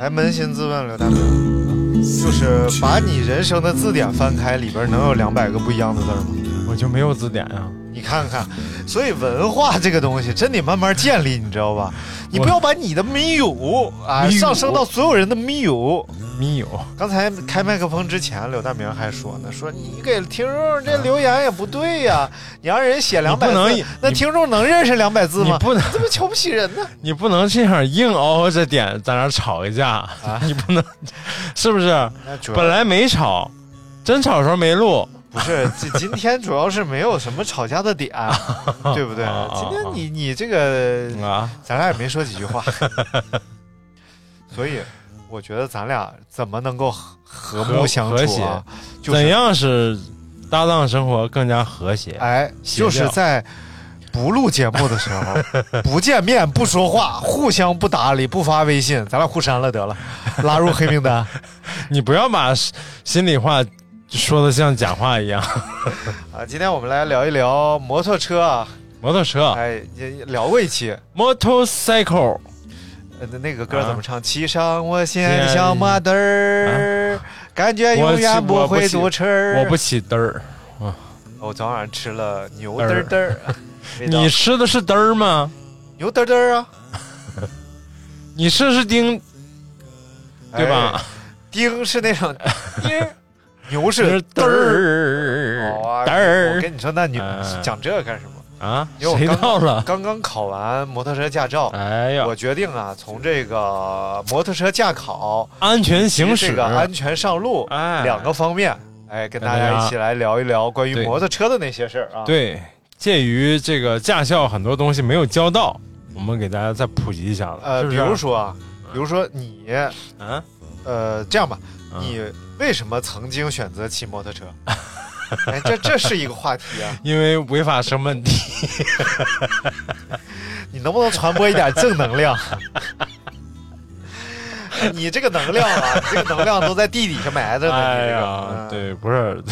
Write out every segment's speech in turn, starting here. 哎，扪心自问，刘大明，就是把你人生的字典翻开，里边能有两百个不一样的字儿吗？我就没有字典啊。你看看，所以文化这个东西真得慢慢建立，你知道吧？你不要把你的密友啊密友上升到所有人的密友。没有，刚才开麦克风之前，刘大明还说呢，说你给听众这留言也不对呀、你让人写两百嗯你不能字你，那听众能认识两百字你吗？不能，这不瞧不起人呢？你不能这样硬凹着点在那儿吵一架，你不能，是不是？啊那主要本来没吵，真吵的时候没录，不 是，这今天主要是没有什么吵架的点，对不对啊啊？今天你你这个，啊，咱俩也没说几句 话，所以我觉得咱俩怎么能够和和睦相和处谐啊？就是怎？样使搭档生活更加和谐？哎，协调就是在不录节目的时 候，不见面、不说话、互相不搭理、不发微信，咱俩互删了得了，拉入黑名 单。你不要把心里话说的像假话一样。 啊，今天我们来聊一聊摩托车啊，摩托车哎，也也聊过一期。 ，motorcycle，呃，那那个歌啊怎么唱？骑上我心像马嘚儿，感觉啊我永骑远我不不会骑堵车儿。我不起嘚儿。我昨晚上吃了牛嘚嘚儿儿嘚儿， 味道你吃的是嘚儿吗？牛嘚儿嘚儿啊，你吃的是丁，对吧哎？？丁是那 种丁儿，牛是是嘚儿儿哦啊嘚我儿跟你说，那你嗯讲这干什么？啊，因为我谁刚到了？刚刚考完摩托车驾照，哎呀我，决定啊，从这个摩托车驾考安全及行这驶个，安全上路哎两个方面，哎，跟大跟大家家一起来聊一聊关于对摩托车的那些事儿啊。对，介于这个驾校很多东西没有教到，我们给大家再普及一下子。呃，是不比是如，说啊，比如说你，嗯，呃，这样吧，嗯你为什么曾经选择骑摩托车？哎，这这是一个话题 啊！因为违法成本低，你能不能传播一点正能量？哎你这个能量 啊，你这个能量都在地底下埋着呢。你哎这个呀，，嗯对，不是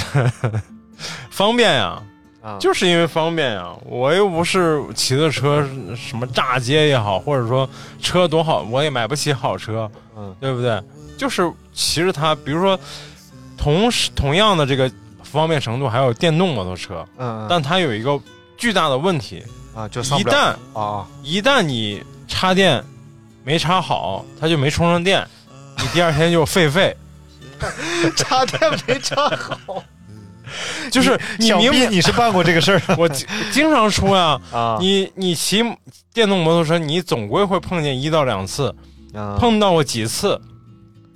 方便呀，啊，就是因为方便呀。我又不是骑的车什么炸街也好，或者说车多好，我也买不起好车，嗯对不对？就是骑着它，比如说同时同样的这个方便程度，还有电动摩托车，嗯，但它有一个巨大的问题，啊，就上一不了旦啊， 一旦你插电没插好，它就没充上电，你第二天就废废。插电没插好。就是你小明毕，明你是办过这个事儿的我经经常说呀，啊？ 你你骑电动摩托车，你总归会碰见一到两次，啊碰到过几次，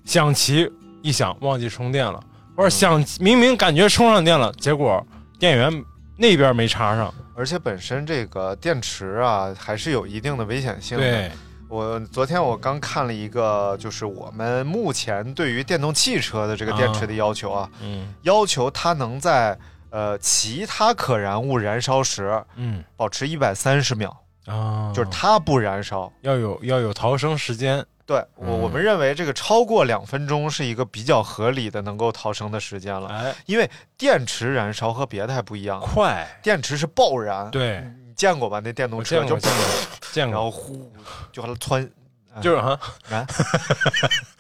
想骑一想忘记充电了，或者想明明感觉充上电了，结果电源那边没插上。而且本身这个电池啊，还是有一定的危险性的。对，我昨天我刚看了一个，就是我们目前对于电动汽车的这个电池的要求啊，嗯要求它能在呃其他可燃物燃烧时嗯保持一百三十秒，啊，就是它不燃烧。要有要有逃生时间。对我，嗯我们认为这个超过两分钟是一个比较合理的能够逃生的时间了，哎，因为电池燃烧和别的还不一样，快，电池是爆燃，对，你见过吧？那电动我车见就过见过见然后过，呼就窜， 就是哈。燃，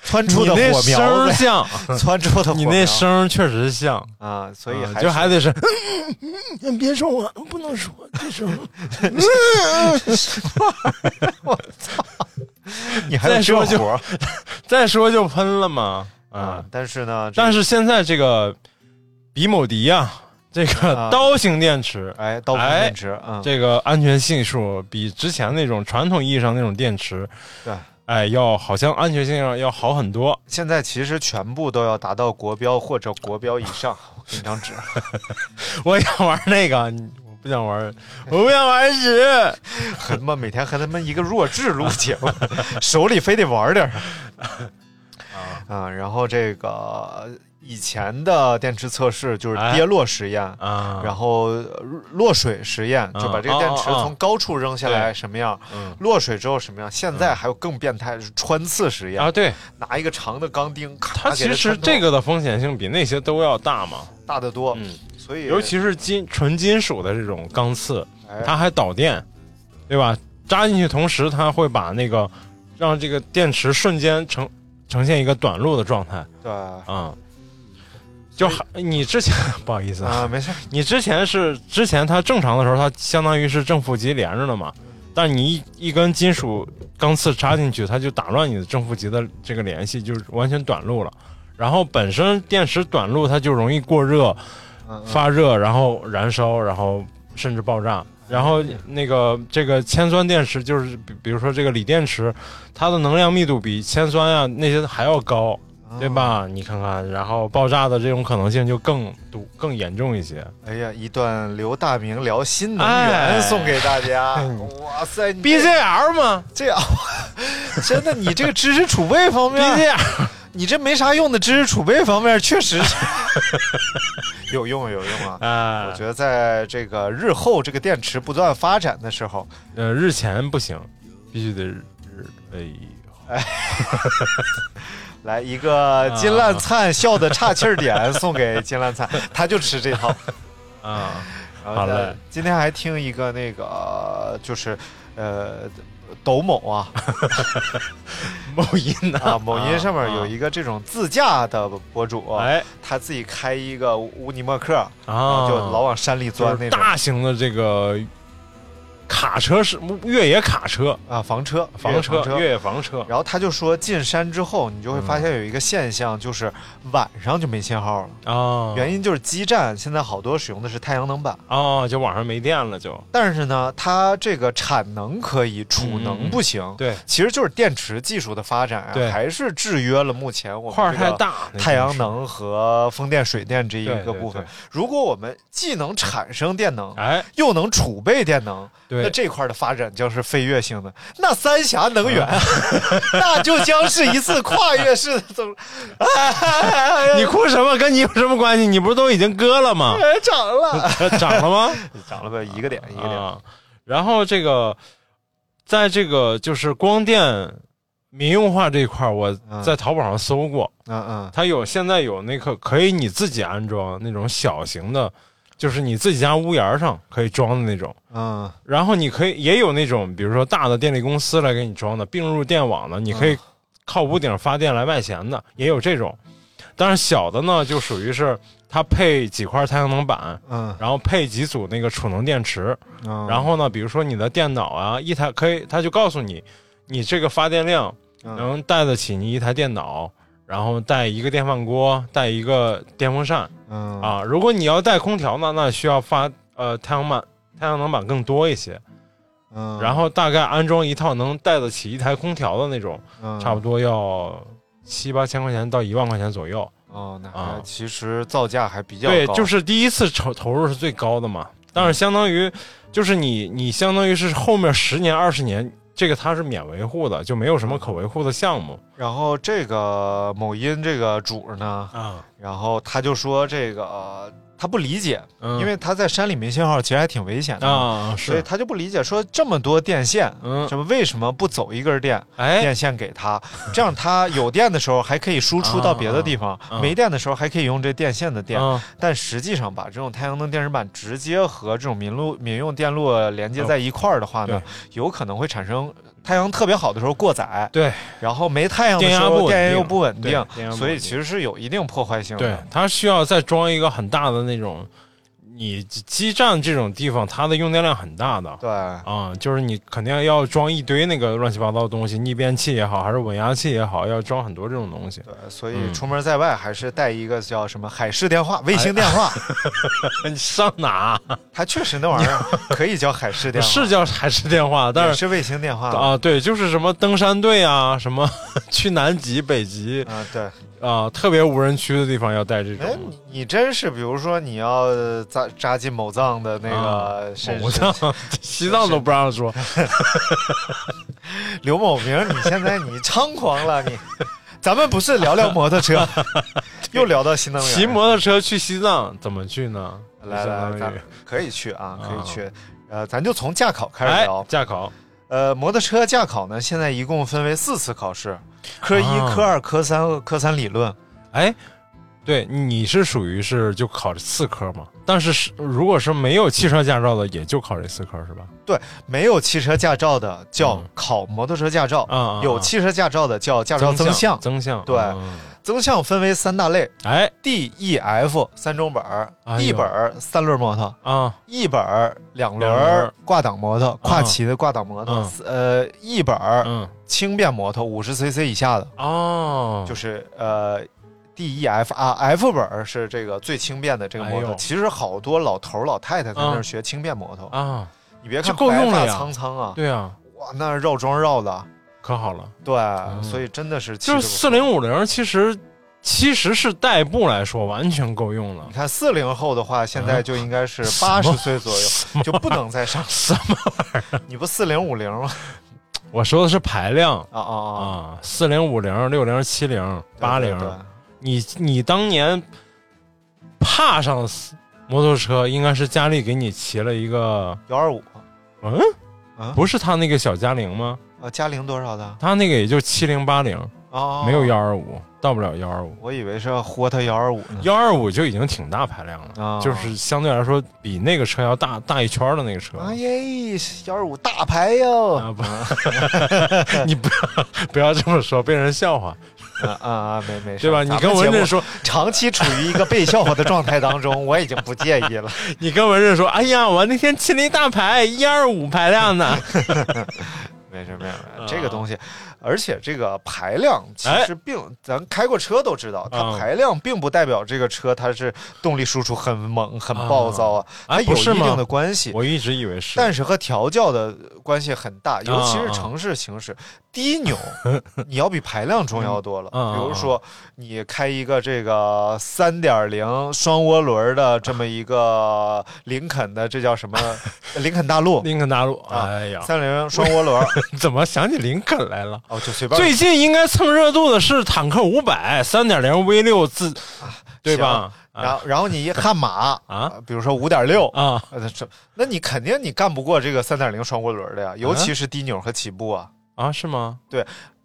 窜出你的那火声苗儿呗，像，窜出的火苗，你那声儿确实像，啊，所以啊还就还得得是别说我不能说，这时候你还有再这说就 活儿再说就喷了嘛，啊啊！，但是呢，这但是现在这个比某迪啊，这个啊刀型电池，哎，刀锋哎电池啊，这个安全系数比之前那种传统意义上那种电池，对，哎，要好像安全性上要好很多。现在其实全部都要达到国标或者国标以上。我给你张纸，我想玩那个，你我不想玩，我不想 玩啊纸。他妈每天和他们一个弱智录节目， 手里非得玩点儿。啊，然后这个以前的电池测试就是哎跌落实验，啊，然后呃落水实验，就把这个电池啊啊啊从高处扔下来什么样，嗯落水之后什么样。现在还有更变态，是穿刺实验，啊，对，拿一个长的钢钉，咔，它给其实穿透哦这个的风险性比那些都要大嘛，大得多，嗯所以尤其是金纯金属的这种钢刺，哎它还导电，对吧？扎进去同时，它会把那个让这个电池瞬间呈呈现一个短路的状态对啊。就还你之前 不好意思啊，没事儿，你之前是之前它正常的时候，它相当于是正负极连着的嘛，但你一一根金属钢刺插进去，它就打乱你的正负极的这个联系，就是完全短路了。然后本身电池短路，它就容易过热、嗯嗯发热，然后燃烧，然后甚至爆炸。然后那个这个铅酸电池，就是比比如说这个锂电池，它的能量密度比铅酸呀、那些还要高，对吧？嗯你看看，然后爆炸的这种可能性就更毒、更严重一些。哎呀，一段刘大明聊新能哎嗯源送给大 家。哇塞，你 BZL 吗这样， 真的，你这个知识储备方面， ？BZL 你这没啥用的知识储备方面，确实是 有用有用啊。啊我，觉得在这个日后这个电池不断发展的时候，呃，日前不行，必须得日日哎呦，来一个金烂灿笑的岔气儿点送给金烂灿，他就吃这 套。啊，然好后嘞呢，今天还听一个那个就是呃抖某啊，某音呢？啊，某音上面有一个这种自驾的博主，啊哎他自己开一个乌尼莫克，然啊，后就老往山里钻就是那种大型的这个卡车是越野卡车、啊，房车、房车、车、越野嗯房车然后他就说，进山之后，你就会发现有一个现象，就是晚上就没信号了。啊，原因就是基站现在好多使用的是太阳能板，啊，就网上没电了就但是呢，它这个产能可以，储嗯嗯嗯能不行。对，其实就是电池技术的发展啊对，还是制约了目前我们块儿这太个大，那太阳真是能和风电、水电这一对个对部分对。如果我们既能产生电能，哎，又能储备电能，对那这块的发展将是飞跃性的。那三峡能源，那就将是一次跨越式的增。哎，你哭什么？跟你有什么关系？你不是都已经割了 吗？哎涨了，长了吗？涨了呗，一个点一个点。啊。然后这个，在这个就是光电民用化这一块儿，我嗯在淘宝上搜过，嗯嗯，它有现在有那个可以你自己安装那种小型的，就是你自己家屋檐上可以装的那种。嗯，然后你可以也有那种，比如说大的电力公司来给你装的，并入电网的，你可以靠屋顶发电来卖钱的，也有这种。但是小的呢，就属于是它配几块太阳能板，嗯然后配几组那个储能电池，嗯，然后呢，比如说你的电脑啊，一台可以，它就告诉你，你这个发电量嗯能带得起你一台电脑，然后带一个电饭锅，带一个电风扇嗯啊。如果你要带空调呢，那需要发呃太阳板太阳能板更多一些，嗯，然后大概安装一套能带得起一台空调的那种，嗯差不。多要七八千块钱到一万块钱左右。哦，那啊还其实造价还比较对，高就是第一次投投入是最高的嘛，但是相当于就是你你相当于是后面十年二十年，这个它是免维护的，就没有什么可维护的项目然后这个某音这个主呢，啊，然后他就说这个、呃他不理解，嗯因为他在山里没信号，其实还挺危险的嘛啊所以是他就不理解，说这么多电线，嗯什么为什么不走一根电？哎电线给他，这样他有电的时候还可以输出到别的地方，啊啊没电的时候还可以用这电线的电。啊但实际上，把这种太阳能电池板直哦接和这种民路民用电路连接在一块儿的话呢，有可能会产生太阳特别好的时候过载，对，然后没太阳的时电压不候稳定电源又不稳定对电压，不稳定所以其实是有一定破坏性对的。，它需要再装一个很大的那种，你基站这种地方，它的用电量很大的。对，呃啊、就是你肯定要装一堆那个乱七八糟的东西，逆变器也好，还是稳压器也好，要装很多这种 东西。对，所嗯以出门在外还是带一个叫什么海事电哎话、卫星电 话，你上哪？它确实那玩意儿可以叫海事电话，是叫还是电话？但也是是卫星电话啊，对，就是什么登山队啊，什么 去南极、北极啊，对，啊，特别无人区的地方要带这哎种。，你真是，比如说你要扎扎进某藏的那啊个是，某藏、西藏都不让说，刘某明，你现在你猖狂了，你， 咱们不是聊聊摩托 车，又聊到新能源，骑摩托车去西藏怎么去呢？来相来当于来， 咱们可以去啊，啊可以去。呃，咱就从驾考开始哎聊，。驾考呃，摩托车驾考呢，现在一共分为四次考哦试，科一、啊科二、科三、和科三理论。哎，对，你是属于是就考这四科嘛？但是是如果是没有汽车驾照的，也就考这四科是吧？对，没有汽车驾照的叫嗯考摩托车驾照，啊啊哦有啊汽车驾照的叫驾照增增项。增项对嗯增项分为三大类哎：D、E、F 三种本儿哎呦，D 本儿三轮摩托啊， ，E 本儿两轮两轮儿儿挂档摩托，跨骑的挂档摩托嗯，呃，E 本儿嗯，轻便摩托，五十 CC 以下的，哦，就是是呃，D E F 啊，F 本儿是这个最轻便的这个摩哎托。呦其实好多老头儿老太太在那儿嗯学轻便摩托，啊，你别看这够用白发了呀苍苍啊，对啊，哇，那绕桩绕的，可好了，对，所以真的是骑嗯就是着不四零五零，其实其实是代步来说完全够用了你。看四零后的话，现嗯在就应该是八十岁左右，就不能再 上什么玩意儿？你不四零五零吗？我说的是排量啊啊啊！啊，四零五零、六零、七零、对八对对零，你你当年踏上摩托车，应该是家里给你骑了一个，幺二五嗯啊，不是他那个小嘉陵吗？啊，嘉陵多少的？他那个也就七零八零，啊，没有幺，二五，到不了幺二五。我以为是要豁他幺二五呢。幺二五就已经挺大排量了，啊就是相对来说比那个车要大大一圈儿的那个车。啊耶，幺二五大牌哟！啊不， 你不要不要这么说，被人笑话，啊啊啊，没没事，对吧？你咱们跟文节振目说，长期处于一个被笑话的状态当中，我已经不介意了。你跟文振说，哎呀，我那天骑了一大排一二五排哎量的，没事没事，啊没事这个东西，而且这个排量其实并，咱开过车都知道，它哎啊排量并不代表这个车它是动力输出很猛、很暴躁啊，啊它哎有不一是吗定的关系。我一直以为是，但是是和调教的关系很大，尤其啊是城市行驶，低扭你要比排量重要多了。嗯嗯嗯比如说，你开一个这个三点零双涡轮的这么一个林肯的，这叫什么？林肯大陆， 林肯大陆，啊哎呀，三零双涡轮，怎么想起林肯来了？哦，就随便。最近应该蹭热度的是坦克五百三点零 V 六自，对吧？啊然后，然后你一悍马啊，比如说五点六啊，呃这那你肯定你干不过这个三点零双涡轮的呀，嗯尤其是低扭和起步啊。啊，是吗？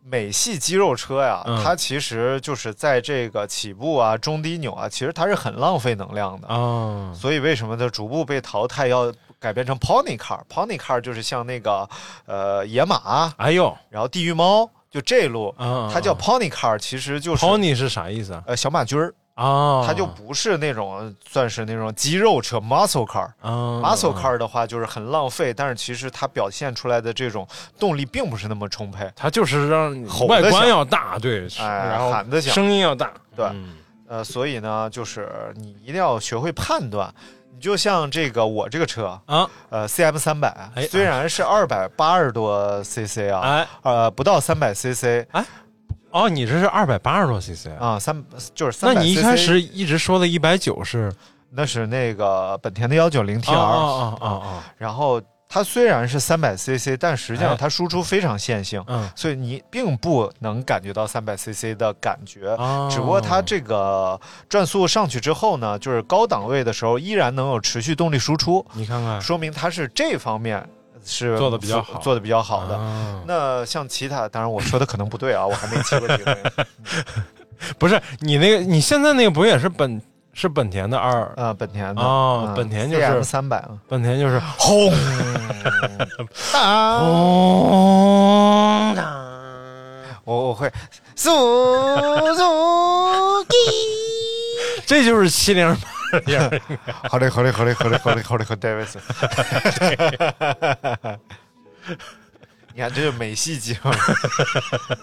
美系肌肉车呀，嗯它其实就是在这个起步啊、中低扭啊，其实它是很浪费能量的。啊，所以为什么它逐步被淘汰，要改变成 pony car？pony car 就是像那个呃野马，哎呦，然后地狱猫，就这一路，啊，它叫 pony car，其实就是 pony 是啥意思啊？呃小马驹儿，啊，它就不是那种算是那种肌肉车 muscle car。啊 muscle car 的话就是很浪费，但是其实它表现出来的这种动力并不是那么充沛。它就是让你吼得外响观要大，对，是哎然后喊得响声音要大，对嗯呃，所以呢，就是你一定要学会判断。你就像这个我这个车，啊，呃，CM 三百哎，虽然是二百八十多 CC 啊，哎，呃，不到三百 CC 哦，你这是二百八十多 cc 啊？啊，三就是三那百。你一开始一直说的一百九是那是那个本田的幺九零啊啊 TR，啊啊啊，然后它虽然是三百 CC，但实际上哎它输出非常线性， 嗯，所以你并不能感觉到三百 CC 的感觉。哦啊只不过它这个转速上去之后呢，就是高档位的时候依然能有持续动力输出。哦你看看说明它是这方面是嗯做得比较好做的比较好的。啊那像其他，当然我说的可能不对啊，我还没骑过几回。不是你那个，你现在那个不也是本是本田的二啊，本田的哦本田就是三百啊嘛，本 田就是轰啊，轰的，我我会速 速滴，这就是七零好嘞好嘞好嘞好嘞好嘞好嘞好嘞，Davis，你看这是美系节目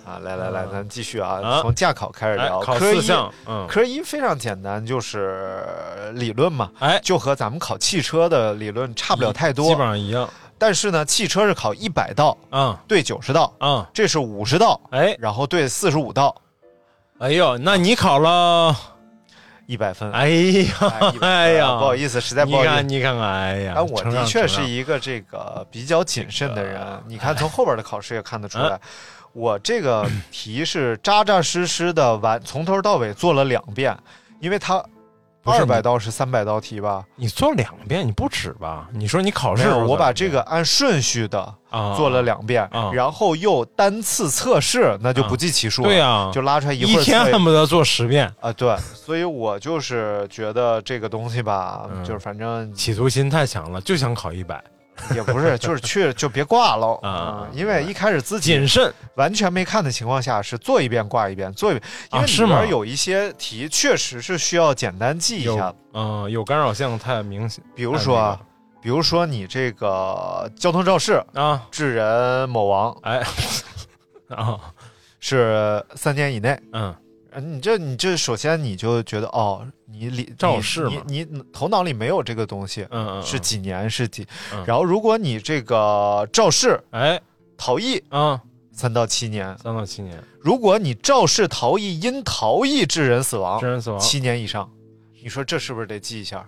啊，来来来，咱们继续啊，啊从驾考开始哎聊，考科四一项，嗯，科一非常简单，就是理论嘛，哎，就和咱们考汽车的理论差不了太基本多。上一样，但是呢，汽车是考一百道嗯对九十道，嗯，这是五十道，哎然后对四十五道，哎呦，那你考了，一百分。哎呀100分哎呀，不好意思，实在不你好意看思。你看看，哎呀，但我承让的确承是让一个这个比较谨慎的人，你看从后边的考试也看得哎出来，我这个题是扎扎实实的完，从头到尾做了两遍，因为它不是二你百道是三百道题吧？你做两遍，你不止吧？你说你考试没的时有，候我把做两遍这个按顺序的啊做了两遍，啊然后又单次测试，那就不计其数了。对啊就拉出来一一会儿天测恨不得做十遍，啊，对，所以我就是觉得这个东西吧，嗯就是反正企图心太强了，就想考一百，也不是，就是去就别挂了嗯啊因为一开始自己谨慎完全没看的情况下，是做一遍挂一遍，做一遍，因为啊是里吗边有一些题确实是需要简单记一有下，嗯有干扰性太明显比如说啊，比如说你这个交通肇事啊，致人某亡哎 啊是三年以内。嗯呃你这你这首先你就觉得哦，你理肇事你嘛你你头脑里没有这个东西，嗯嗯是几年是几，嗯然后如果你这个肇事哎逃逸啊三到七年，三到七年如果你肇事逃逸因逃逸致人死亡致，人死亡七年以上，你说这是不是得记一下？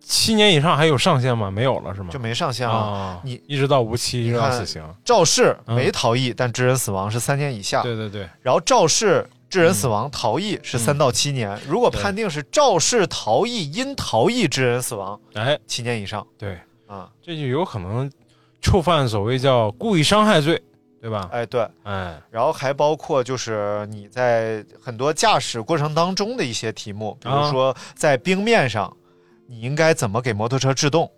七年以上还有上限吗？没有了是吗就？没上限了。啊，你一直到无期，一直到看死刑，肇事嗯没逃逸但致人死亡是三年以下，对对对，然后肇事致人死亡、逃逸是三嗯到七年，如果对判定是肇事逃逸因逃逸致人死亡，哎七年以上对，啊。这就有可能触犯所谓叫故意伤害罪，对吧？哎，对，哎然后还包括就是你在很多驾驶过程当中的一些题目，比如啊说在冰面上，你应该怎么给摩托车制动？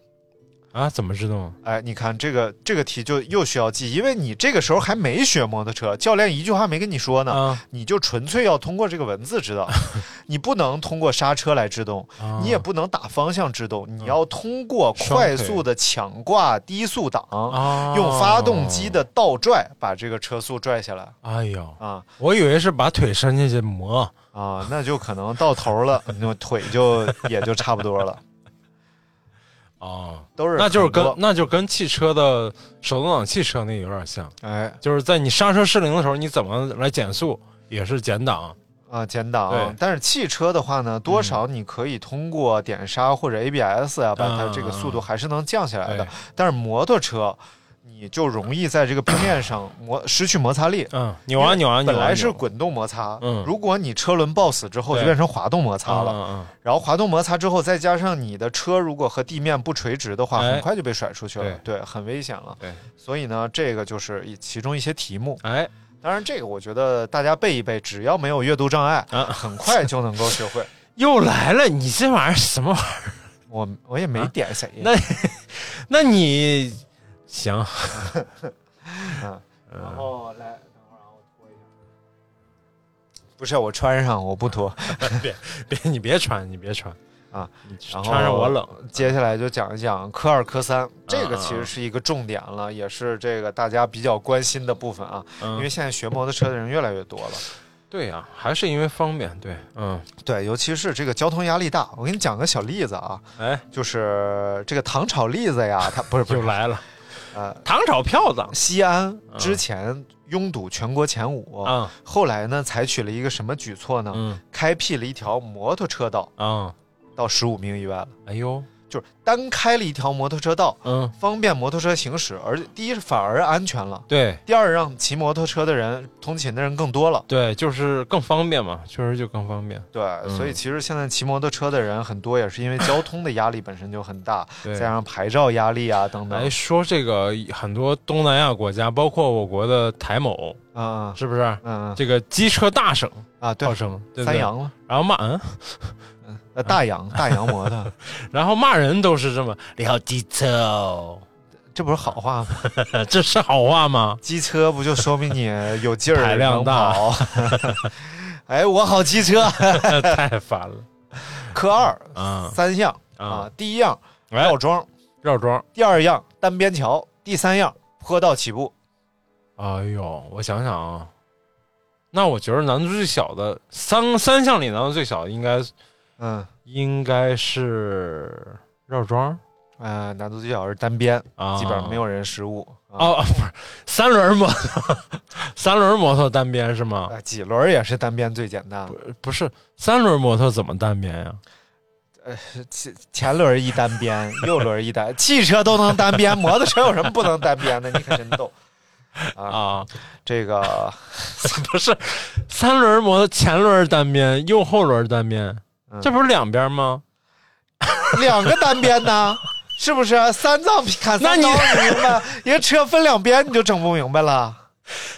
啊，怎么制动？哎，你看这个这个题就又需要记，因为你这个时候还没学摩托车，教练一句话没跟你说呢，啊，你就纯粹要通过这个文字 知道，你不能通过刹车来制动，啊你也不能打方向制动，你要通过双快腿速的抢挂低速挡，啊，用发动机的倒拽把这个车速拽下来哎呦，啊我以为是把腿伸进去磨。啊，那就可能到头了，那腿就也就差不多了，哦，都是那就是很多跟那就跟汽车的手动挡汽车那有点像，哎就是在你刹车失灵的时候，你怎么来减速，也是减档。啊，减档对。嗯但是汽车的话呢，多少你可以通过点刹或者 ABS 啊，把它这个速度还是能降下来的嗯对。但是摩托车，你就容易在这个平面 上磨失去摩擦力。嗯，扭啊扭啊扭本啊，来是扭滚动摩擦，嗯如果你车轮抱死之后，就对变成滑动摩擦啊了。嗯然后滑动摩擦之后，再加上你的车如果和地面不垂直的话，哎很快就被甩出去了，对，很危险了。对，所以呢，这个就是一其中一些题目。嗯哎，当然，这个我觉得大家背一背，只要没有阅读障碍，啊很快就能够学会。又来了，你这玩意儿什么玩意儿？我我也没点谁，啊那 那你行，然后来，等会儿啊，我脱一下。不是，我穿上，我不脱。别你别穿，你别穿啊，你然穿后上我冷。啊接下来就讲一讲科二、科三，这个其实是一个重点了，也是这个大家比较关心的部分啊。嗯因为现在学摩托车的人越来越多了，对呀、还是因为方便。对，嗯，对，尤其是这个交通压力大。我给你讲个小例子啊，哎，就是这个糖炒栗子呀，它不是不又是来了，呃，糖炒票子西安之嗯前拥堵全国前五，啊，后来呢采取了一个什么举措呢？嗯开辟了一条摩托车道啊，到十五名以外了，哎呦，就是单开了一条摩托车道，嗯，方便摩托车行驶，而第一反而安全了。对，第二，让骑摩托车的人、通勤的人更多了，对，就是更方便嘛，确实就更方便。对，所嗯以其实现在骑摩托车的人很多，也是因为交通的压力本身就很大，对哎再加上牌照压力啊等等来，说这个很多东南亚国家，包括我国的台某，啊是不是？嗯嗯这个机车大省啊，对哦号，称对不对三，阳了，然后嘛，嗯，呃，大洋大洋模 的，然后骂人都是这么“你好机车哦这不是好话吗？”，呃这是好话吗？ 机车不就说明你有劲儿，排量能大跑 哎，我好机车， 太烦了科二啊三项啊啊！，第一样来绕桩，绕桩，第二样单边桥，第三样坡道起步。哎呦，我想想啊，那我觉得难度最小的三三项里难度最小的应该嗯，应该是绕桩呃，难度最小是单边，啊，基本上没有人失误啊。哦，不是三轮摩托， 三轮摩托单边是吗？呃几轮也是单边最简单，不是三轮摩托怎么单边呀、前前轮一单 边，右轮一单，汽车都能单边，摩托车有什么不能单边的？你可真逗啊！啊， 这个，不是三轮摩托前轮单边，右后轮单边，嗯这不是两边吗？ 两个单边呢，是不是？啊三藏砍那三你刀，你明白？一个车分两边，你就整不明白了。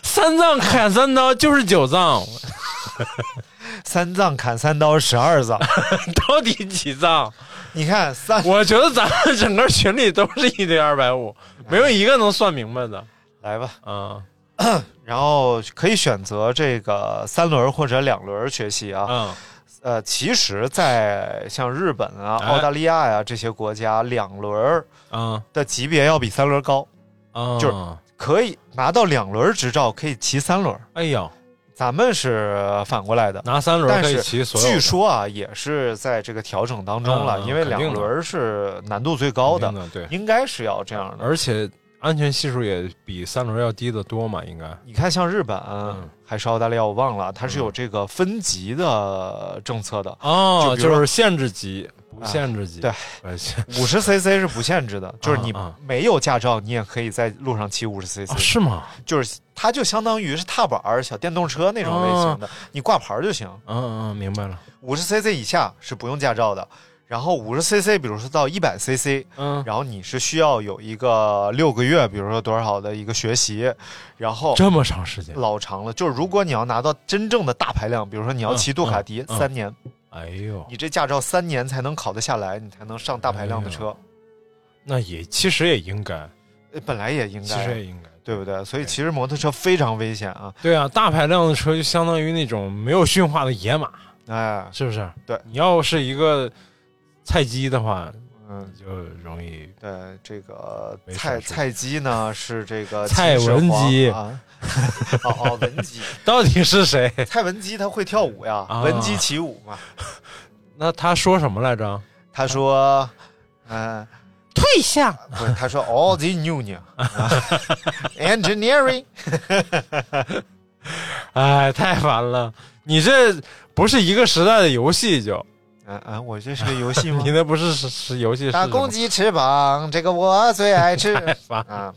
三藏砍三刀就是九藏， 三藏砍三刀，十二藏。到底几藏？你看三， 我觉得咱们整个群里都是一堆二百五，没有一个能算明白的来吧，啊。然后可以选择这个三轮或者两轮学习啊。嗯，呃，其实，在像日本啊、哎澳大利亚呀、这些国家，两轮啊的级别要比三轮高，啊，就是可以拿到两轮执照，可以骑三轮。哎呦，咱们是反过来的，拿三轮但可以是骑所有据说啊，也是在这个调整当中了，嗯嗯因为肯定两的轮是难度最高的，肯定对，应该是要这样的。而且安全系数也比三轮要低得多嘛，应该你看，像日本、嗯还是澳大利亚，我忘了，它是有这个分级的政策的。哦，就比如就啊说是限制级，不限制级，对哎，限五十 CC 是不限制的，就是你啊没有驾照，你也可以在路上骑五十 CC，、 啊，是吗？就是它就相当于是踏板儿、小电动车那种类型哦的，你挂牌儿就行。嗯嗯，明白了，五十 CC 以下是不用驾照的，然后五十 CC，比如说到一百 CC，嗯，然后你是需要有一个六个月，比如说多少的一个学习，然后这么长时间，老长了。就是如果你要拿到真正的大排量，比如说你要骑杜卡迪嗯嗯嗯三年，哎呦，你这驾照三年才能考得下来，你才能上大排量的车。那也其实也应该，呃本来也应其实该，也应该。对不对？所以对其实摩托车非常危险啊！对啊，大排量的车就相当于那种没有驯化的野马，哎，是不是？对你要是一个菜鸡的话，嗯，就容易 对，这个没菜事是菜鸡呢是这个蔡秦始文皇姬啊， 哦哦，文姬，到底是谁？ 蔡文姬她会跳舞呀，啊文姬起舞嘛。那他说什么来着？他说，嗯、退下。不是，他说哦 all the new new 啊 engineering，哎，太烦了！你这不是一个时代的游戏就，嗯嗯，我这是个游戏吗你？那不是是是游戏是打什么公鸡翅膀，这个我最爱 吃烦啊。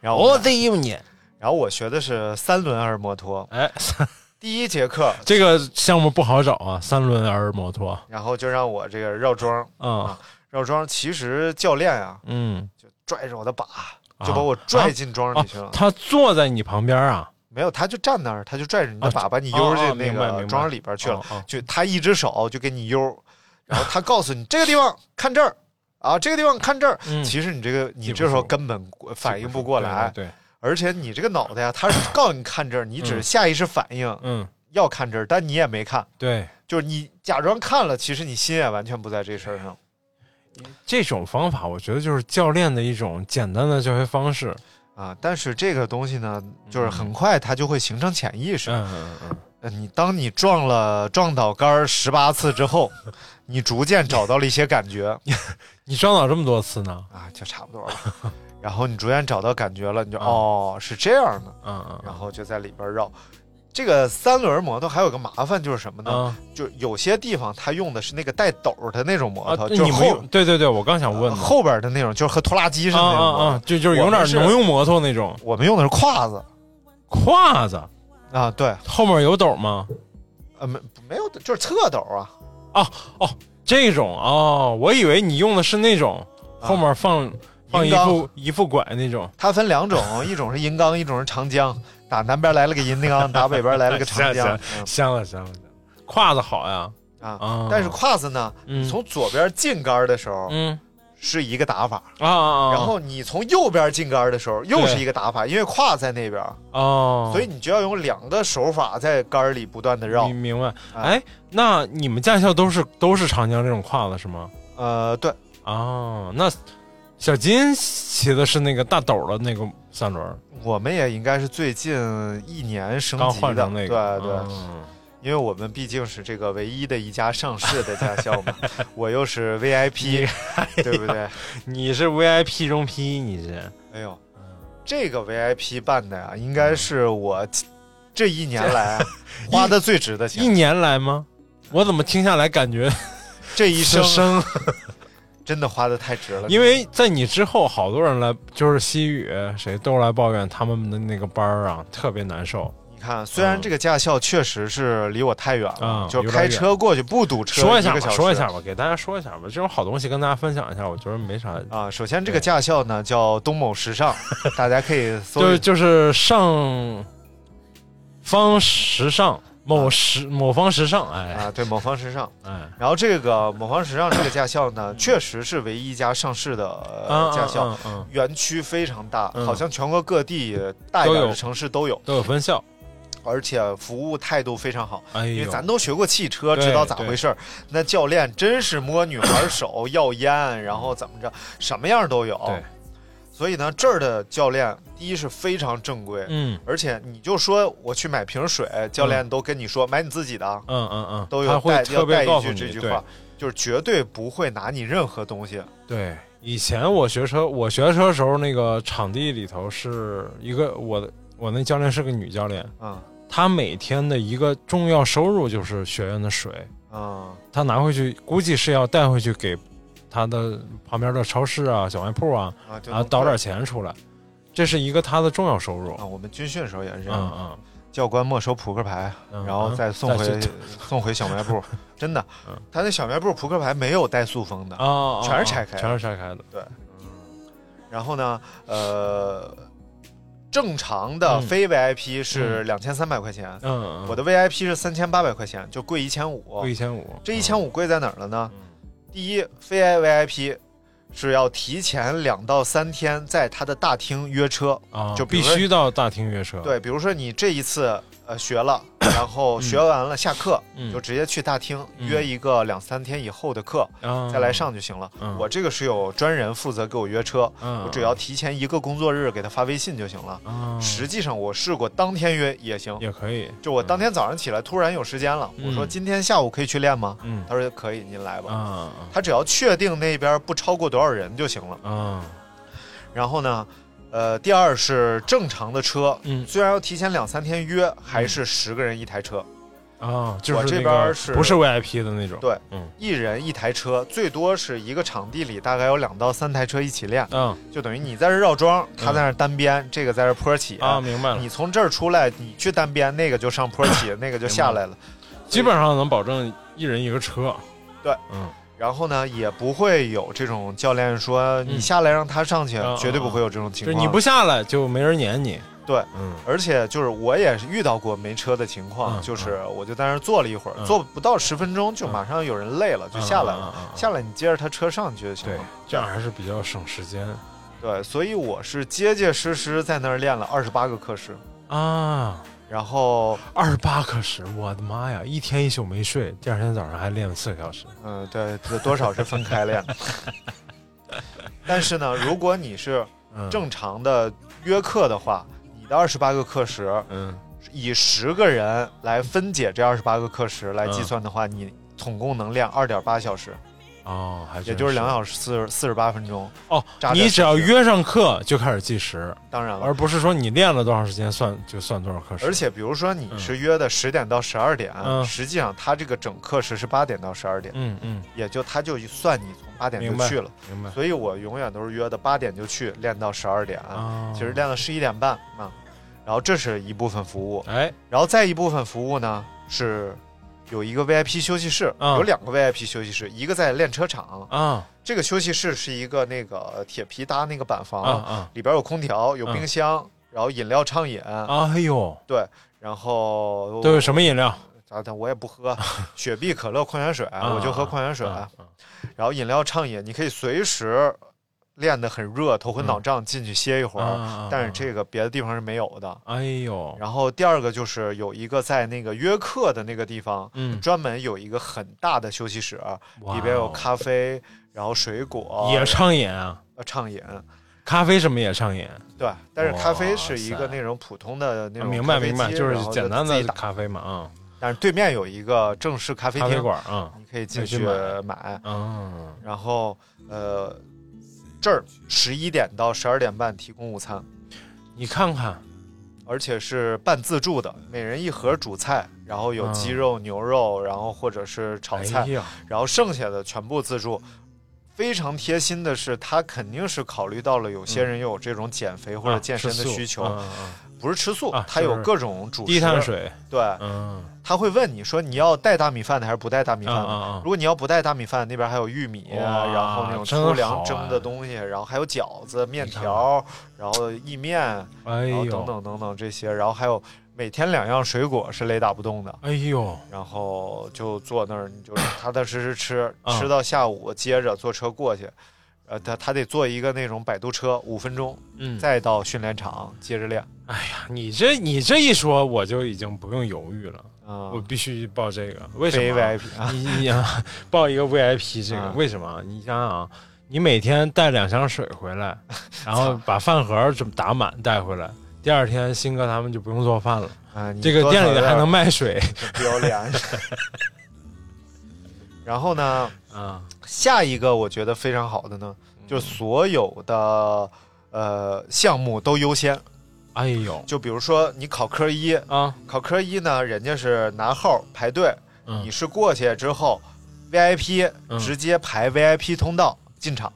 然后我们， the union。然后我学的是三轮儿摩托，哎， 第一节课，这个项目不好找啊，三轮 R 摩托。然后就让我这个绕桩，嗯绕桩。其实教练啊，嗯，就拽着我的把，就把我啊拽进桩里去了。他坐在你旁边啊，没有，他就站那儿，他就拽着你的啊把，把你哦悠哦进那明白明个白桩里边去了。哦哦就他一只手就给你 悠，然后他告诉你这个地方 看这儿啊，这个地方看这儿。嗯其实你这个你记不这时候住根本反应不过来，对，对对而且你这个脑袋呀、他是告诉你看这儿，你只是下意识反应、嗯，要看这儿，但你也没看，对，就是你假装看了，其实你心也完全不在这事儿上。这种方法我觉得就是教练的一种简单的教学方式。啊，但是这个东西呢，就是很快它就会形成潜意识。嗯嗯嗯，呃你当你撞了撞倒杆儿十八次之 后，你逐渐找到了一些感觉，你撞倒这么多次呢？啊，就差不多了。然后你逐渐找到感觉了，你就、嗯哦是这样的，嗯嗯，然后就在里边绕。这个三轮摩托还有个麻烦就是什么呢？啊就有些地方它用的是那个带斗的那种摩啊托，，就你是没有后对对对，我刚想呃问呢后边的那种，就是和拖拉机似啊的那种摩啊托。啊，就就是有我点们是农用摩托那种我们用的是胯子胯子，啊，对，后面有斗吗？呃没没有的，就是侧斗啊，这种哦，我以为你用的是那种啊后面放、放一银缸副一副拐那种。它分两种，一种是银钢，一种是长江。 啊打南边来了个银钢，打北边来了个长江。行行香了香了，胯子好呀，啊啊。但是 Quas 呢，嗯你从左边进杆儿的时候嗯是一个打法，啊啊，啊然后你从右边进杆儿的时候又是一个打法，因为胯在那边，哦，所以你就要用两个手法在杆儿里不断的绕你。明白？啊哎，那你们驾校都是都是长江这种胯子是吗？呃，对，哦，那小金骑的是那个大斗的那个三轮儿，我们也应该是最近一年升刚级换的，成那对个，对。嗯因为我们毕竟是这个唯一的一家上市的驾校 嘛，我又是 VIP，对不对？你是 VIP 中 P，你是哎呦，这个 VIP 办的呀，应该是我这一年来 啊花的最值的一钱，年来吗？我怎么听下来感觉这一生生，真的花的太值了。因为在你之后，好多人来，就是西语谁都来抱怨他们的那个班儿啊，特别难受。你看，虽然这个驾校确实是离我太远了，嗯就开车过去不堵车，说一下个吧，小时说一下吧，给大家说一下吧，这种好东西跟大家分享一下，我觉得没啥。啊。首先，这个驾校呢叫东某时 尚，大家可以搜就一。就是上方时尚某时某方时尚，哎啊，对，某方时尚。哎，然后这个某方时尚这个驾校呢，确实是唯一一家上市的、呃嗯驾校，嗯嗯园区非常大，嗯好像全国各地大一点都有的城市都有。都有分校，而且服务态度非常好。哎因为呦，咱都学过汽车，对知道咋回事儿。那教练真是摸女孩 手、要烟，然后怎么着，什么样都有。对，所以呢，这儿的教练第一是非常正规，嗯而且你就说我去买瓶水，教练都跟你说买你自己的啊，嗯嗯嗯，都他有带会要特别带告一诉句这你句对话，就是绝对不会拿你任何东西。对，以前我学车，我学车的时候，那个场地里头是一个我的，我那教练是个女教练，啊她每天的一个重要收入就是学院的水，啊她拿回去估计是要带回去给她的旁边的超市啊、小卖铺啊，啊！就然后能倒退点钱出来，这是一个她的重要收入。啊！我们军训的时候也是这样。嗯嗯，教官没收扑克牌，嗯然后再送回、再 去送回小卖 部。真的嗯，他那小卖部扑克牌没有带塑封的。啊啊，啊全是拆开的全是拆开的。然后呢，呃，正常的嗯非 VIP 是两千三百块钱，嗯嗯，我的 VIP 是三千八百块钱，就贵一千五一。千五，嗯这一千五，五贵在哪儿了呢？嗯第一，非 VIP 是要提前两到三天在他的大厅约车。啊，就比必如说须到大厅约车。，对，比如说你这一次呃学 了，然后学完了下课，嗯就直接去大厅嗯约一个两三天以后的课，啊再来，上就行了。嗯我这个是有专人负责给我约车，我我只要提前一个工作日给他发微信就行了。实际上我试过当天约也行，嗯也可以，就我当天早上起来突然有时间了，我说嗯今天下午可以去练吗？嗯他说可以，您来吧。啊他只要确定那边不超过多少人就行了。啊然后呢，呃，第二是正常的车，嗯虽然要提前两三天约，还是十个人一台车，啊！就是我这那边个儿是不是 VIP 的那种？对嗯一人一台车，最多是一个场地里大概有两到三台车一起练，嗯就等于你在这绕桩，他在那单边，这个在这坡起啊，明白了，你从这儿出来，你去单边，那个就上坡 起，那个就下来了。基本上能保证一人一个车。对，嗯然后呢，也不会有这种教练说嗯你下来让他上去，啊绝对不会有这种情就是况。你不下来就没人撵你。对，嗯而且就是我也是遇到过没车的情况，嗯就是我就在那儿坐了一会儿，嗯坐不到十分钟就马上有人累了，就下来了。嗯嗯嗯嗯下来你接着他车上去就行对了。，这样还是比较省时间对，所以我是结结实实在那儿练了二十八个课时，啊。然后二十八个时，我的妈呀！一天一宿没睡，第二天早上还练了四个小时。嗯，对，有多少是分开练的。但是呢，如果你是嗯，正常的约课的话，你的二十八个课时嗯以十个人来分解这二十八个课时来嗯计算的话，你总共能练二点八小时，哦，还也真就是两小时四十四十八分钟。哦扎。点你只要时间约上课就开始计时，当然了而，不是说你练了多长时间算就算多少课时。而且比如说你是约的十点到十二点，嗯实际上他这个整课时是八点到十二点，嗯嗯，也就他就算你从八点明就白嗯去了。明白。所以我永远都是约的八点就去，练到十二点，啊，其实练到十一点半啊。然后这是一部分服务，哎，然后再一部分服务呢是有一个 VIP 休息室，嗯有两个 VIP 休息室，一个在练车场，啊这个休息室是一个那个铁皮搭那个板房，啊啊里边有空调，有冰嗯箱，然后饮料畅饮，啊！哎呦，然后嗯都有什么饮料？炸弹我也不 喝，雪碧、可乐、矿泉水，啊我就喝矿泉水。啊啊然后饮料畅饮，你可以随时练得很热，头昏脑胀，进去歇一会儿。啊啊啊但是这个别的地方是没有的。哎呦，然后第二个就是有一个在那个约克的那个地方，嗯专门有一个很大的休息室，哇哦里边有咖啡，然后水果，也畅饮啊，呃畅饮。咖啡什么也畅饮，对，但是咖啡是一哇个塞那种普通的那啊种、明白明白，就是简单的打。咖啡嘛啊，但是对面有一个正式咖啡咖厅，啡馆啊，你可以进可以去去买买。嗯，然后呃，这儿十一点到十二点半提供午餐，你看看，而且是半自助的，每人一盒主菜，然后有嗯鸡肉、牛肉，然后或者是炒哎菜，呀，然后剩下的全部自助。非常贴心的是，他肯定是考虑到了有些人有这种减肥或者啊健身的吃素需求，嗯嗯不是吃素，啊他就有是各种主嗯食，啊低碳，水，对，嗯他会问你说你要带大米饭的还是不带大米饭的？啊啊啊如果你要不带大米饭，那边还有玉米，啊哇然后那种真粗好粮啊蒸的东西，然后还有饺子、面条，然后意面，哎然后呦等，等等等这些，然后还有每天两样水果是雷打不动的。哎呦，然后就坐那儿，你就踏踏 实实吃，啊吃到下午，接着坐车过去。呃，他他得坐一个那种摆渡车，五分钟，嗯，再到训练场接着练。你这你这一说，我就已经不用犹豫了，啊、我必须报这个，为什非么啊？ VIP 啊， 你你啊，报一个 VIP 这个啊为什么啊？你想想啊，你每天带两箱水回来， 然后把饭盒儿准打满带回来，第二天新哥他们就不用做饭了。啊你这个多店里少还有能卖水不要脸。 然后呢，啊？下一个我觉得非常好的呢，嗯就是所有的呃项目都优先。哎呦就比如说你考科一，啊，考科一呢，人家是拿号排队，嗯你是过去之后 VIP 嗯直接排 VIP 通道进场。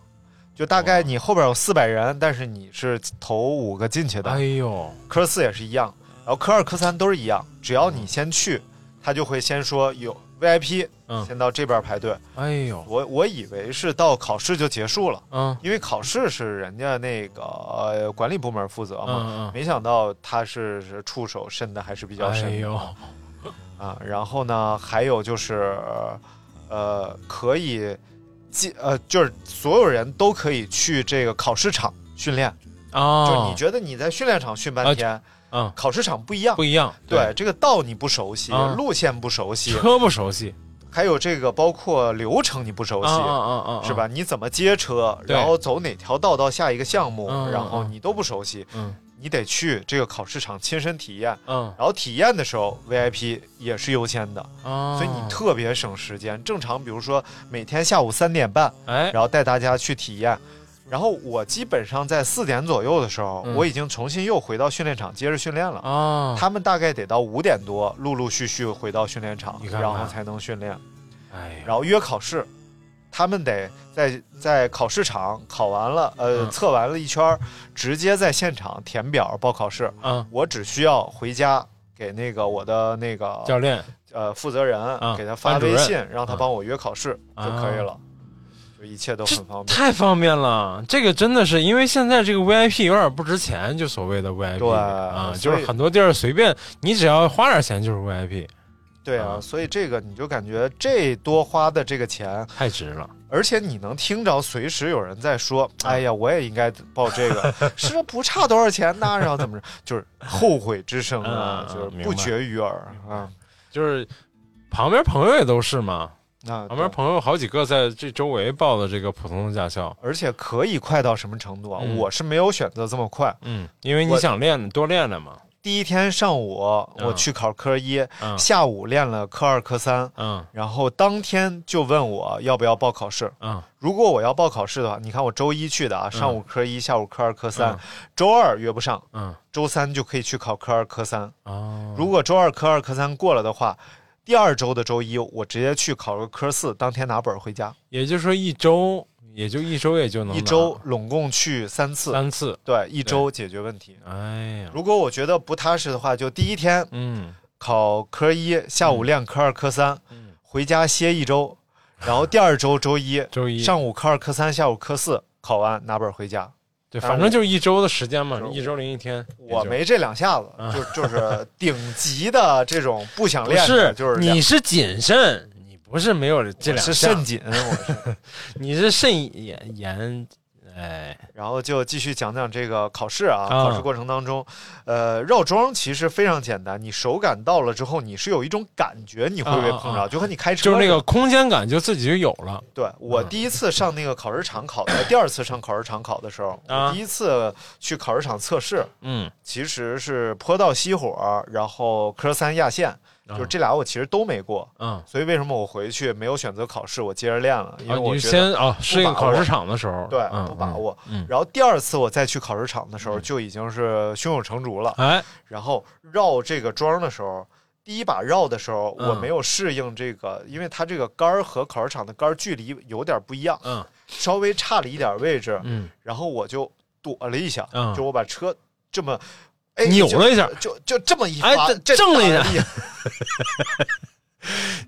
就大概你后边有四百人，但是你是头五个进去的。哎呦，科四也是一样，然后科二、科三都是一样，只要你先去，他就会先说有 VIP，嗯先到这边排队。哎呦，我我以为是到考试就结束了，嗯因为考试是人家那个、呃管理部门负责嘛，嗯嗯，没想到他是是触手伸的还是比较哎深的、呦，啊。然后呢，还有就是，呃，可以进呃，就是所有人都可以去这个考试场训练，就是啊你，觉得你在训练场训啊半天，嗯，考试场不一样不。一样，对，这个道你不熟悉，啊路线不熟 悉，车不熟悉，还有这个包括流程你不熟啊悉，啊啊啊，是吧？你怎么接车，对然后走哪条道到下一个项目，嗯嗯然后嗯你都不熟悉，嗯？你得去这个考试场亲身体验。嗯然后体验的时候，VIP 也是优先的，嗯啊，所以你特别省时间。正常，比如说每天下午三点半，哎然后带大家去体验。然后我基本上在四点左右的时候，嗯我已经重新又回到训练场接着训练了。啊，他们大概得到五点多，陆陆续续回到训练场，你看看然后才能训练，哎呦然后约考试。他们得在在考试场考完了，呃，嗯测完了一圈儿，直接在现场填表报考试。嗯，我只需要回家给那个我的那教个练呃负责人、啊给他发班主微任信，让他啊帮我约考试、就可以了，就一切都这很方便。太方便了，这个真的是因为现在这个 VIP 有点不值钱，就所谓的 VIP 对啊，就所以是很多地儿随便你只要花点钱就是 VIP，对啊，所以这个你就感觉这多花的这个钱，太值了。而且你能听着随时有人在说：“啊哎呀，我也应该报这 个，是不差多少钱呐、然后怎么着，就是后悔之声啊，嗯嗯就是明不白绝于耳啊。就是旁边朋友也都是嘛，啊，旁边对朋友好几个在这周围报的这个普通的驾校，而且可以快到什么程度啊？嗯我是没有选择这么快。嗯，因为你我想练多练练嘛，第一天上午我嗯去考科一，嗯下午练了科二、科三，嗯然后当天就问我要不要报考试。嗯如果我要报考试的话，你看我周一去的啊，上午科一，下午科二、科三，周二约不上，嗯周三就可以去考科二、科三。哦，如果周二科二、科三过了的话，第二周的周一我直接去考个科四，当天拿本儿回家。也就是说一周也就一周也就能一拿周拢共去三次，三次，对，一周解决问题。哎呀，如果我觉得不踏实的话，就第一天嗯，考科一，下午练科二、科三，嗯回家歇一周，然后第二周周一周一上午科二、科三，下午科四考完拿本儿回家，对，但是反正就是一周的时间嘛就，是一周零一天。我也就啊没这两下子，就就是顶级的这种不想练不是，的，就是你是谨慎，你不是没有这这两是项肾，紧，我是。你是肾炎炎，哎，然后就继续讲讲这个考试啊，啊考试过程当中，呃，绕桩其实非常简单，你手感到了之后，你是有一种感觉你会不会碰啊啊着，就和你开车就是那似个嗯的。空间感就自己就有了。对我第一次上那个考试场考呃的，第二次上考试场考的时候，啊我第一次去考试场测试，嗯，其实是坡道熄火，然后科三压线，啊就是这俩我其实都没过。嗯，所以为什么我回去没有选择考试，我接着练了？因为啊，我你觉是得先啊适应把考握试场的时候，对嗯不把握。嗯，然后第二次我再去考试场的时候，就已经是胸有成竹了。嗯哎，然后绕这个桩的时候，第一把绕的时候，嗯我没有适应这个，因为它这个杆儿和考试场的杆儿距离有点不一样，嗯稍微差了一点位置，嗯，然后我就躲了一下，嗯就我把车这么。哎，扭就了一下，就就这么一哎发，这这正了一下打力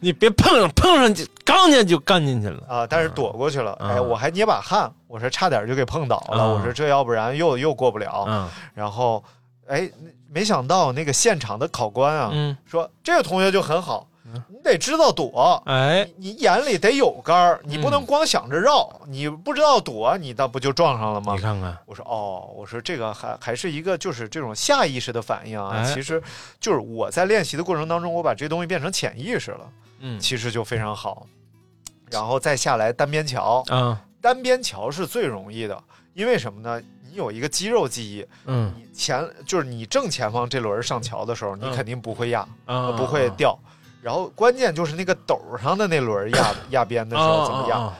你别碰上，碰上就刚进就干进去了。啊！但是躲过去了。嗯哎，我还捏把汗，我说差点就给碰倒了。嗯我说这要不然又又过不了。嗯然后，哎，没想到那个现场的考官啊，嗯，说这个同学就很好，你得知道躲，哎，嗯你你眼里得有杆儿，你不能光想着绕，你不知道躲，你那不就撞上了吗你？看看，我说哦，我说这个还还是一个就是这种下意识的反应啊，哎其实就是我在练习的过程当中，我把这东西变成潜意识了，嗯其实就非常好。然后再下来单边桥，啊，单边桥是最容易的，因为什么呢？你有一个肌肉记忆，嗯你前就是你正前方这轮上桥的时候，你嗯肯定不会压，啊，不会掉。然后关键就是那个斗上的那轮 压压边的时候怎么样？样？啊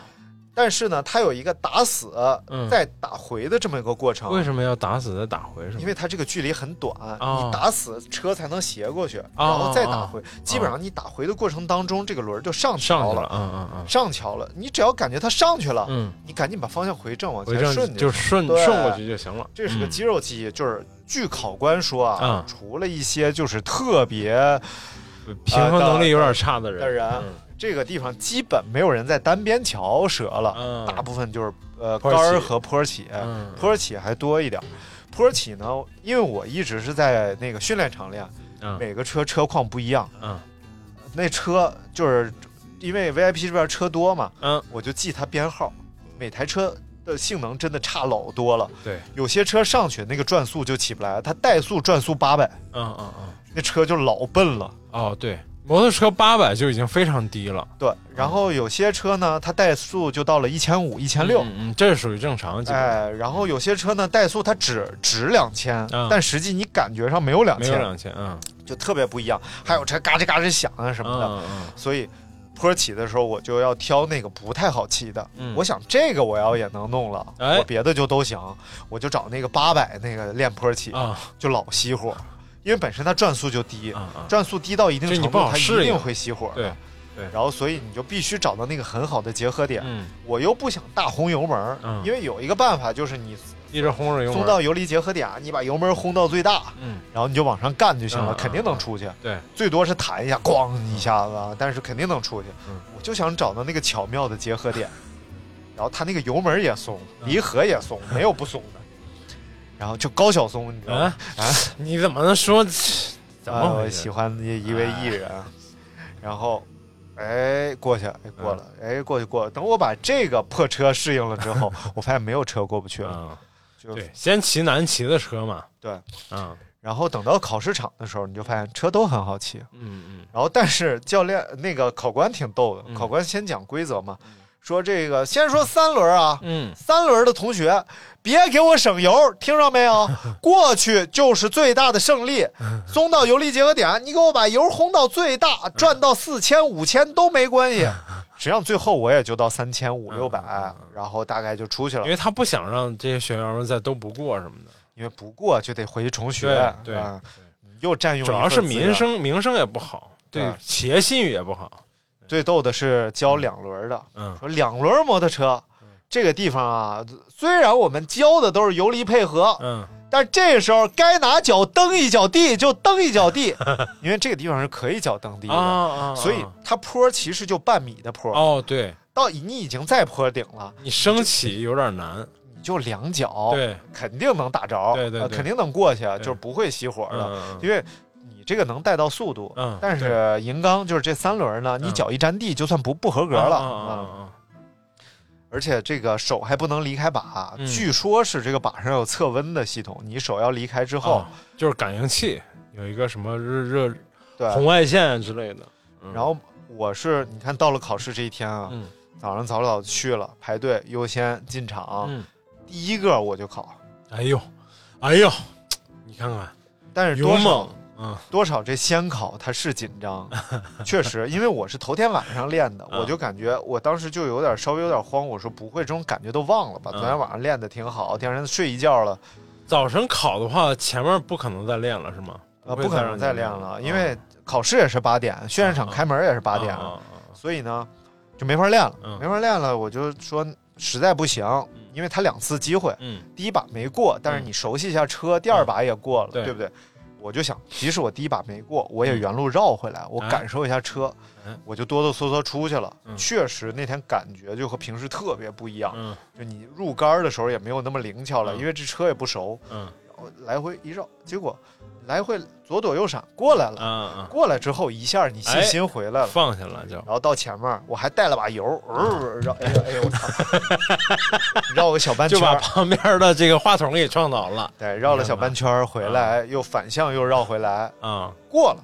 但是呢，它有一个打死嗯再打回的这么一个过程。为什么要打死再打回？是吗因为它这个距离很短，嗯哦你打死车才能斜过去，然后再打回。基本上你打回的过程当中，这个轮就上哦上桥去了，了，嗯嗯上桥了。你只要感觉它上去了，嗯你赶紧把方向回正，往嗯，回前正顺就就顺对顺过去就行了。这是个嗯肌肉记忆，就是据考官说啊，嗯除了一些就是特别平衡能力有点差的人的人，嗯这个地方基本没有人在单边桥折了，嗯大部分就是呃坡杆起儿和坡起，嗯坡起还多一点。坡起呢，因为我一直是在那个训练场练，嗯每个车车况不一样，嗯那车就是因为 VIP 这边车多嘛，嗯，我就记它编号，每台车的性能真的差老多了。对，有些车上去那个转速就起不来，它怠速转速八百，嗯嗯嗯，那车就老笨了。哦对，摩托车八百就已经非常低了，对，然后有些车呢，它怠速就到了一千五、一千六，嗯，嗯这是属于正常，基本上哎，然后有些车呢，怠速它只只两千、嗯但实际你感觉上没有两没有千，两千，嗯就特别不一样。还有车嘎吱嘎吱响啊什么的，嗯嗯所以坡起的时候我就要挑那个不太好骑的。嗯我想这个我要也能弄了，哎我别的就都行，我就找那个八百那个练坡起，嗯啊就老熄火，因为本身它转速就低，啊啊，转速低到一定就你程不度，好它适一应啊定会熄火。对，然后所以你就必须找到那个很好的结合点。嗯，我又不想大轰油门，嗯因为有一个办法就是你一直轰着油松门，到油离结合点，你把油门轰到最大，嗯，然后你就往上干就行了，嗯肯定能出去。对，最多是弹一下，咣一下子啊，但是肯定能出去。嗯我就想找到那个巧妙的结合 点，然后他那个油门也松，嗯离合也 松，没有不松的。然后就高晓松，你知道吗？啊，你怎么能说？嗯怎啊，么哎我回事喜？欢的一位艺人，然后，哎，过去，哎，过了，嗯哎，过去，过了。等我把这个破车适应了之 后，我发现没有车过不去了。嗯，就对，先骑难骑的车嘛，对，嗯然后等到考试场的时候，你就发现车都很好骑。嗯然后，但是教练那个考官挺逗的，嗯考官先讲规则嘛，说这个先说三轮啊，嗯三轮的同学，别给我省油，听着没 有？过去就是最大的胜利。嗯松到油离结合点，你给我把油轰到最大，赚到四千、五千都没关系。嗯实际上最后我也就到三千五六百，然后大概就出去了嗯，因，为他不想让这些学员们再都不过什么的，因为不过就得回去重学对，对啊又占用主一要份是资名源。声名声也不好，对对企业信誉也不好，最逗的是教两轮的，嗯说两轮摩托车。这个地方啊，虽然我们教的都是游离配合，嗯但这时候该拿脚蹬一脚地就蹬一脚 地，因为这个地方是可以脚蹬地的，啊啊，所以啊它坡其实就半米的坡，哦对到你已经在坡顶了，你升起有点难，就两脚，对，肯定能打着，对对呃对肯定能过去，就是不会熄火的，嗯嗯因为。你这个能带到速度，嗯但是银钢就是这三轮呢，你嗯脚一沾地就算不不合格嗯了嗯嗯嗯而且这个手还不能离开把，嗯据说是这个把上有测温的系统，你手要离开之嗯，后，啊就是感应器有一个什么热热红对，外线之类的，嗯然后我是你看到了考试这一天啊，嗯早上早早就去了，排队优先进场，嗯，第一个我就考，哎呦，哎呦，你看看但是多勇少猛，嗯多少这先考它是紧 张，确实，因为我是头天晚上练的，嗯我就感觉我当时就有点稍微有点慌，我说不会这种感觉都忘了吧，嗯昨天晚上练的挺好，第二天睡一觉了。早晨考的话，前面不可能再练了，是吗？啊，会不可再能让再你嗯练练了，了因为考试也是八点，训嗯练场开门也是八点，啊啊所以呢就没法练了，嗯没法练了。我就说实在不行，因为他两次机会，嗯第一把没过，但是你熟悉一下车，第二把也过了，对嗯对不对？我就想，即使我第一把没过，我也原路绕回来，我哎感受一下车哎，我就哆哆嗦嗦出去了。嗯确实那天感觉就和平时特别不一样，嗯就你入杆儿的时候也没有那么灵巧了，嗯因为这车也不熟。嗯然后来回一绕，结果来回左躲右闪过来嗯了。嗯过来之后一下你信心回来了，嗯，放下了就然后到前面我还带了把油，呃、绕哎呦哎呦我操，绕个小半就圈把儿，旁边的这个话筒给撞倒了对，绕了小半圈儿回来又反向又绕回来啊！过了，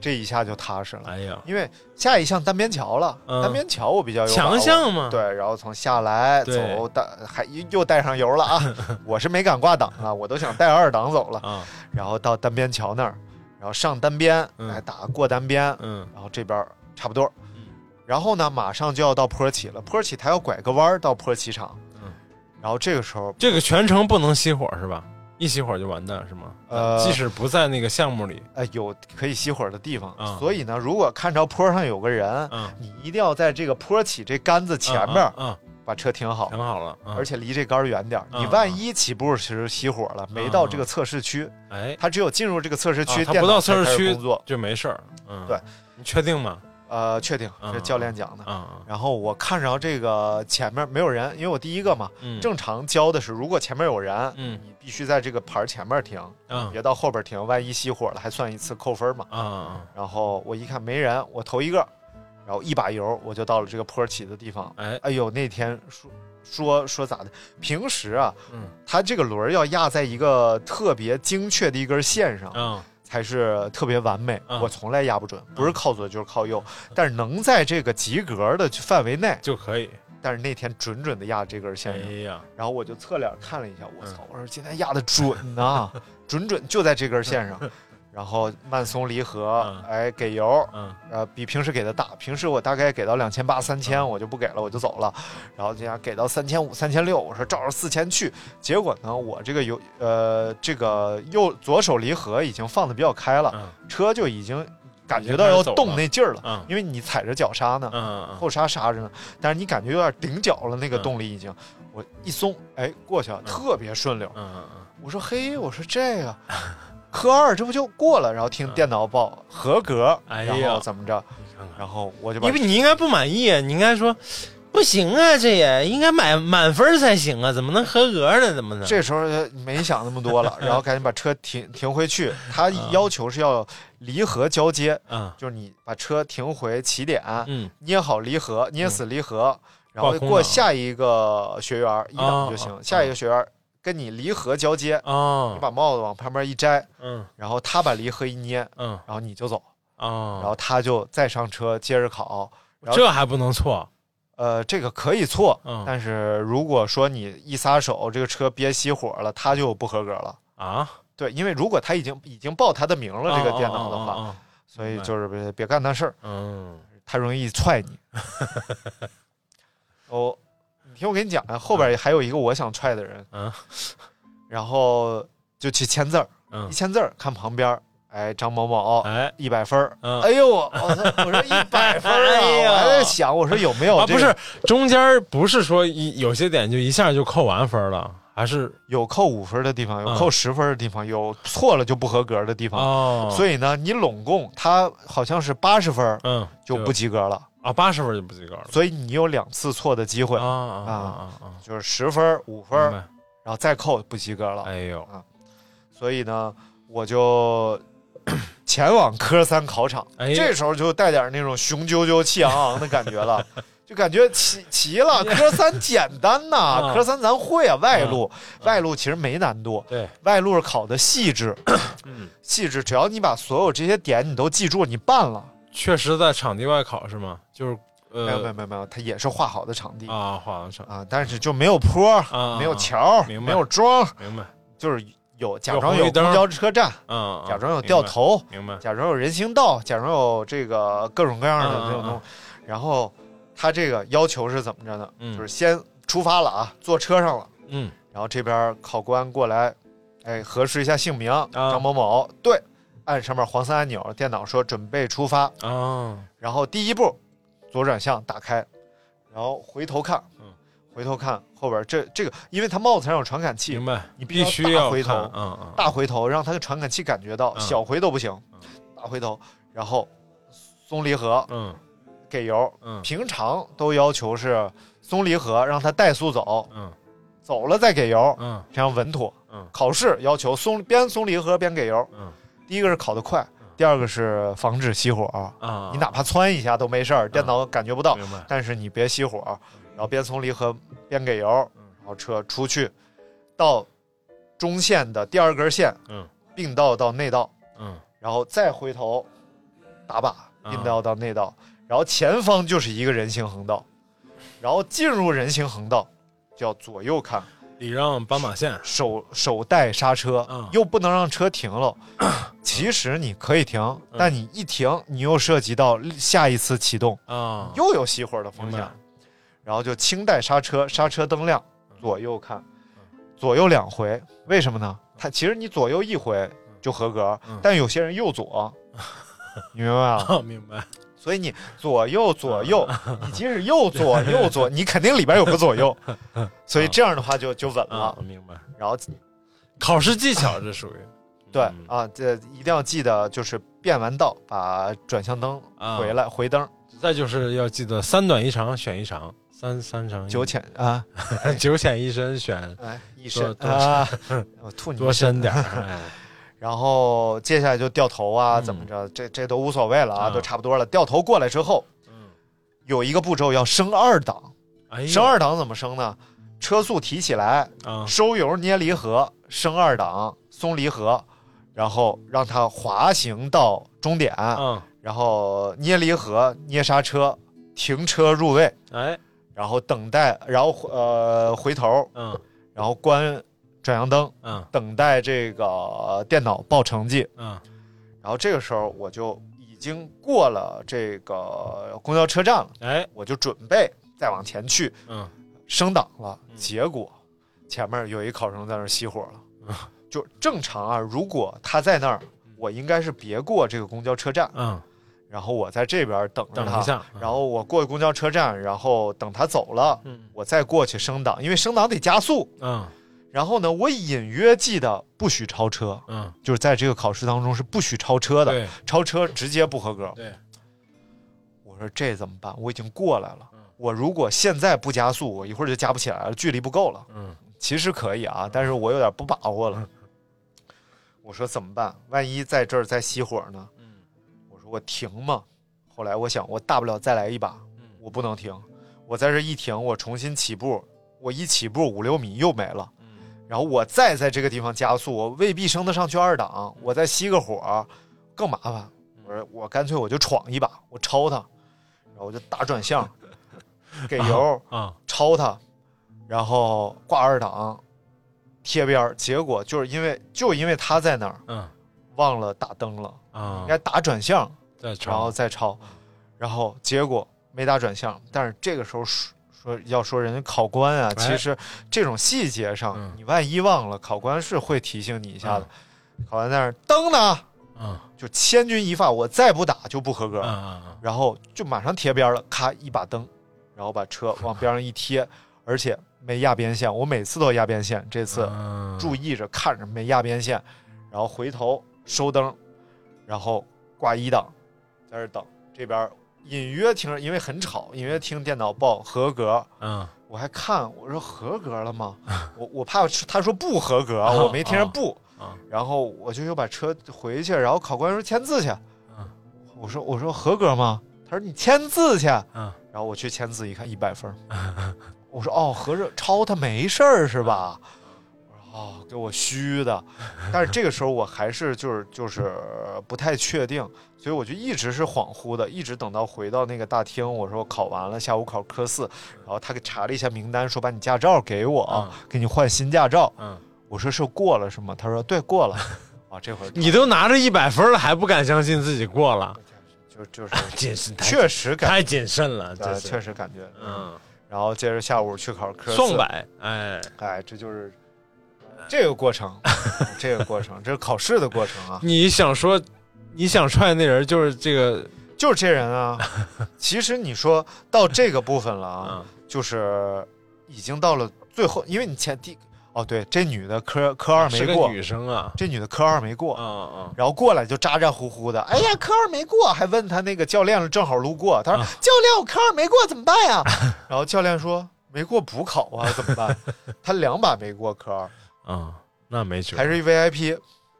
这一下就踏实了。哎呀，因为下一项单边桥了，嗯单边桥我比较有把握强项嘛对，然后从下来对走，带还又带上油了啊！ 我是没敢挂档啊，我都想带二档走了。啊，然后到单边桥那儿，然后上单边，嗯来打过单边，嗯然后这边儿差不多嗯。然后呢，马上就要到坡起了，坡起它要拐个弯儿到坡起场。嗯然后这个时候，这个全程不能熄火是吧？一熄火就完蛋是吗？呃即使不在那个项目里，呃，有可以熄火的地方，嗯所以呢，如果看着坡上有个人，嗯，你一定要在这个坡起这杆子前面儿嗯，把车停好，挺好了，嗯而且离这杆儿远点儿。嗯你万一起步时熄火了，没到这个测试区，哎，它只有进入这个测试区，啊它电不脑到才测开始试区工作。就没事儿，嗯，对，你确定吗？呃，确定这嗯教练讲的。啊，然后我看着这个前面没有人，因为我第一个嘛，嗯，正常教的是，如果前面有人，嗯你必须在这个牌儿前面停，啊别到后边停，万一熄火了还算一次扣分嘛。啊啊，然后我一看没人，我头一个，然后一把油我就到了这个坡起的地方。哎，哎呦，那天说说说咋的？平时啊，嗯它这个轮儿要压在一个特别精确的一根线上，啊，才是特别完美。嗯我从来压不准，不是靠左就是靠右，但是能在这个及格的范围内。就可以，但是那天准准的压这根哎嗯线上，呀，然后我就侧脸看了一下，我操！我说今天压的准呐、 准准就在这根线上。然后慢松离合嗯，哎，给油，嗯呃，比平时给的大。平时我大概给到两千八、三嗯千，我就不给了，我就走了。然后这样给到三千五、三千六，我说照着四千去。结果呢，我这个油，呃，这个右左手离合已经放的比较开了，嗯车就已经感觉到要动那劲儿了，嗯因为你踩着脚刹呢。嗯嗯后刹刹着呢，但是你感觉有点顶脚了，那个嗯动力已经，我一松，哎，过去了，特别顺溜。嗯我说嘿，我说这个科二这不就过了？然后听电脑报合格，嗯哎呀然后怎么着？嗯，然后我就把因为你应该不满意，你应该说不行啊，这也应该满满分才行啊，怎么能合格呢？怎么能？这时候呃没想那么多 了，然后赶紧把车停停回去。他嗯要求是要离合交接，啊，就是你把车停回起点，嗯捏好离合，捏死离合，然后挂空过档下一个学员儿一档哦就行哦，下一个学员儿跟你离合交接，你哦，把帽子往旁边一摘，嗯然后他把离合一捏，嗯然后你就走，然哦，后他就再上车接着考。然后这还不能错，呃，这个可以错嗯，但是如果说你一撒手，这个车憋熄火了，他就不合格了。啊，对，因为如果他已经已经报他的名了，这个电脑的哦话，，哦哦哦所以明白就是别别干那事儿。嗯他容易踹 你。哦，你听我给你讲啊，后边还有一个我想踹的人，嗯然后就去签字儿，一嗯，签字儿看旁边儿，哎，张某某哎，一百分儿，嗯哎呦我我说我说一百分儿啊， 哎呀我还在想我说有没有啊，这不个、是，中间不是说一有些点就一下就扣完分了，还是有扣五分儿的地方，有嗯扣十分儿的地方，有错了就不合格的地方，啊哦，所以以呢，你拢共他好像是八十分儿嗯就不及格了，啊八十分就不及格了，所以你有两次错的机会，啊啊啊啊，就是十分儿、五分儿啊嗯明白然后再扣不及格了。哎呦，所以呢，我就 前往科三考场。哎呦这时候就带点那种雄赳赳、气昂昂的感觉了，就感觉齐齐了。科三简单呐、嗯科三咱会啊。外路，外路其实没难度，对，外路是考的细致，细致。只要你把所有这些点你都记住，你办了。确实在场地外考是吗？就是呃，没有没有没有没有，它也是画好的场地啊啊，画廊场，但是就没有坡，啊没有桥，明没白有桩，明白，就是有假有装红有绿灯公交车站，嗯，嗯假装有掉，头，明白，明白假装有人行道，假装有这个各种各样的嗯这种东嗯西。然后他这个要求是怎么着呢？嗯就是先出发了啊，坐车上了，嗯，然后这边考官过来，哎，核实一下姓名，嗯张某某，对，按上面黄色按钮，电脑说准备出发，啊，然后第一步，左转向打开，然后回头看，嗯回头看后边这这个，因为它帽子上有传感器明，白，你必必须须要大要回头看嗯嗯，大回头让它的传感器感觉到，嗯小回头不行，大回头，然后松离合嗯给油，嗯平常都要求是松离合让它怠速走，嗯走了再给油，嗯这样稳妥。嗯考试要求松边松离合边给油，嗯第一个是考得快，第二个是防止熄火，啊，嗯你哪怕窜一下都没事儿，电脑感觉不到。明白，但是你别熄火，嗯然后边从离合边给油，然后车出去到中线的第二根线，嗯并道到内道，嗯然后再回头打靶啊并道到内道，然后前方就是一个人行横道，然后进入人行横道就要左右看，礼让斑马线，手手带刹车，嗯又不能让车停 了。其实你可以停，嗯但你一停，你又涉及到下一次启动。啊，又有熄火的风明险白，然后就轻带刹车，刹车灯亮，左右看，左右两回，为什么呢？它其实你左右一回就合格，但有些人右左，你明白吗？啊，明白，所以你左右左右，你即使右左右左，你肯定里边有个左右，所以这样的话就就稳啊了，。明白，然后考试技巧这属于 对嗯啊，这一定要记得就是变完道把转向灯啊回来回灯再就是要记得三短一长选一长，三三长一九浅啊，九浅一 深选哎一身多多啊，我吐你多一身深点 儿，哎然后接下来就掉头啊，嗯怎么着，这这都无所谓了啊，嗯都差不多了。掉头过来之后，嗯有一个步骤要升二档，哎呦，升二档怎么升呢？车速提起来，啊，收油捏离合，升二档，松离合，然后让它滑行到终点，嗯，然后捏离合，捏刹车，停车入位，哎，然后等待，然后呃回头，嗯然后关转向灯，嗯等待这个电脑报成绩。嗯然后这个时候我就已经过了这个公交车站了，哎，我就准备再往前去嗯升档了。结果前面有一考生在那儿熄火嗯了， 就正常啊，如果他在那儿，我应该是别过这个公交车站，嗯，然后我在这边等着等他，一下，嗯然后我过公交车站，然后等他走了，嗯我再过去升档，因为升档得加速。嗯然后呢，我隐约记得不许超车，嗯，就是在这个考试当中是不许超车的。对超车直接不合格。对，我说这怎么办？我已经过来了嗯，我如果现在不加速，我一会儿就加不起来了，距离不够了。嗯其实可以啊，但是我有点不把握了。我说怎么办？万一在这儿再熄火呢？嗯我说我停吗？后来我想，我大不了再来一把，嗯我不能停。我在这一停，我重新起步，我一起步五六米又没了。嗯，然后我再在这个地方加速，我未必升得上去二档，我再熄个火，更麻烦。我说我干脆我就闯一把，我超他，然后我就大转向，给油啊超他，然后挂二档，贴边儿。结果就是因为就因为他在那儿嗯忘了打灯了，啊应，该打转向，再然后长，再超，然后结果没打转向。但是这个时候说说要说人家考官啊，哎其实这种细节上，嗯你万一忘了，考官是会提醒你一下的。考官在那儿灯呢，嗯就千钧一发，我再不打就不合格，嗯嗯然后就马上贴边了，咔一把灯，然后把车往边上一贴，而且没压边线，我每次都压边线，这次嗯，注意着看着没压边线，然后回头收灯，然后挂一档，在这儿等。这边隐约听着，因为很吵，隐约听电脑报合格，嗯我还看，我说合格了 吗？我我怕吃他说不合格，我没听成不啊。然后我就又把车回去，然后考官说签字去。嗯我说我说合格吗？他说你签字去。嗯然后我去签字一看一百分儿，我说哦，合着抄他没事儿是吧？我说哦，给我虚的。但是这个时候我还是就是就是不太确定，所以我就一直是恍惚的，一直等到回到那个大厅，我说我考完了，下午考科四，然后他给查了一下名单，说把你驾照给我，嗯给你换新驾照。嗯，我说是过了是吗？他说对， 过了。啊，这会儿你都拿着一百分了，还不敢相信自己过了，就就是谨慎太确实感太谨慎了，这呃是确实感觉，嗯，然后接着下午去考科四，送百，哎，哎，这就是这个过程，这个过程，这是考试的过程啊，你想说，你想踹那人就是这个，就是这人啊。其实你说到这个部分了啊，嗯就是已经到了最后，因为你前第哦对，这女的科科二是没个过，女生啊，这女的科二没过，嗯嗯，然后过来就咋咋呼呼的，哎呀，科二没过，还问他那个教练正好路过，嗯他说、教练我科二没过怎么办呀？ 然后教练说没过补考啊怎么办？他两把没过科 二，嗯，那没辙，还是一 VIP，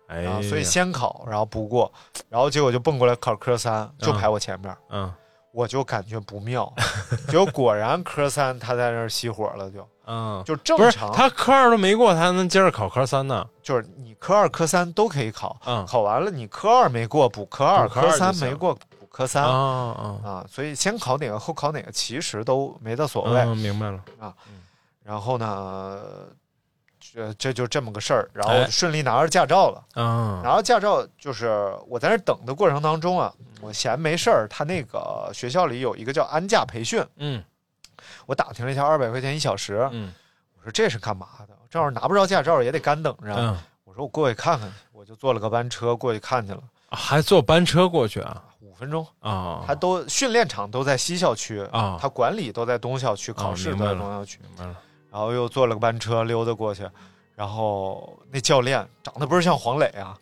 哎然呀，后所以先考，然后不过，然后结果就蹦过来考科三，就排我前面，嗯我就感觉不妙， 结果果然科三他在那儿熄火了就，嗯，就正不是常，他科二都没过，他还能接着考科三呢，就是你科二科三都可以考，嗯考完了你科二没过补科二，补科二就三行没过补科三。啊啊，啊，所以先考哪个后考哪个其实都没得所谓。嗯，明白了，然后呢，这这就这么个事儿，然后哎我就顺利拿着驾照了。嗯拿着驾照就是我在那儿等的过程当中啊，我闲没事儿，他那个学校里有一个叫安驾培训，嗯我打听了一下，二百块钱一小时。嗯我说这是干嘛的？正好拿不着驾照也得干等着。嗯，我说我过去看看去，我就坐了个班车过去看去了，还坐班车过去啊五分钟。啊，他都训练场都在西校区啊他管理都在东校区，考啊试明都白在了东校区。明白了，然后又坐了个班车溜达过去，然后那教练长得不是像黄磊 啊，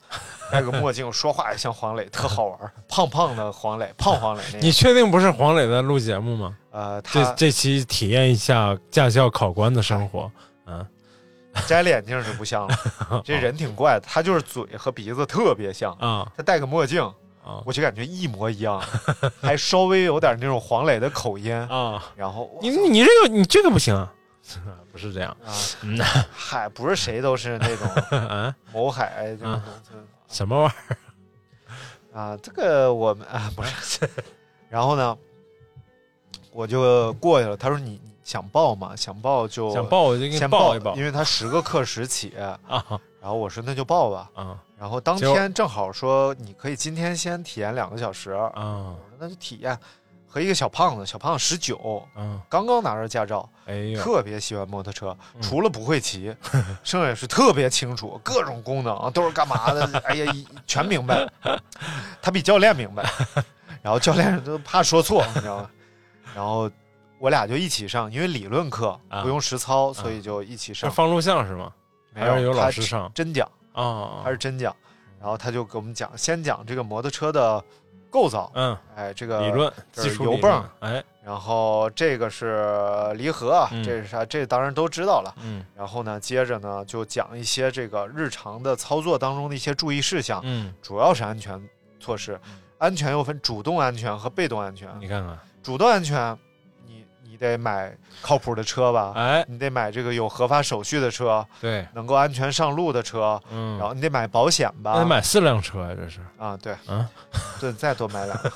戴个墨镜，说话也像黄磊，特好玩儿， 胖胖的黄磊，胖黄磊那你样。确定不是黄磊在录节目吗？呃，这他这期体验一下驾校考官的生活，嗯摘了眼镜就不像 了，这人挺怪的，他就是嘴和鼻子特别像，啊他戴个墨镜，啊我就感觉一模一样，还稍微有点那种黄磊的口音。啊！然后你你这个你这个不行啊， 不是这样，啊，嗯嗨，不是谁都是那种 啊某海这种农村。什么玩意儿？啊，这个我们啊不是， 然后呢，我就过去了。他说你你想报吗？想报就想报我就给你先报一报因为他十个课时起。啊然后我说那就报吧。啊然后当结果天正好说你可以今天先体验两个小时，我啊说那就体验。和一个小胖子，小胖子十九，啊！刚刚拿着驾照，哎呦，特别喜欢摩托车，嗯除了不会 骑，剩下是特别清楚各种功能啊都是干嘛的，哎呀，一全明白。 他比教练明白，然后教练都怕说错，你知道吗？然后我俩就一起上，因为理论课啊不用实操，所以就一起是上。放录像是吗？没还是有有老他师上真讲，啊他，是真讲。然后他就给我们讲，先讲这个摩托车的构造，嗯，哎，这个理论这技是术油理论泵，哎然后这个是离合，啊嗯这是啥？这当然都知道了。嗯然后呢，接着呢就讲一些这个日常的操作当中的一些注意事项，嗯，主要是安全措施。安全又分主动安全和被动安全。你看看，主动安全，你你得买靠谱的车吧，哎你得买这个有合法手续的车，对，能够安全上路的车，嗯啊然，后你得买保险那吧，得买四辆车呀，这是，啊，对，嗯 对，再多买 两个，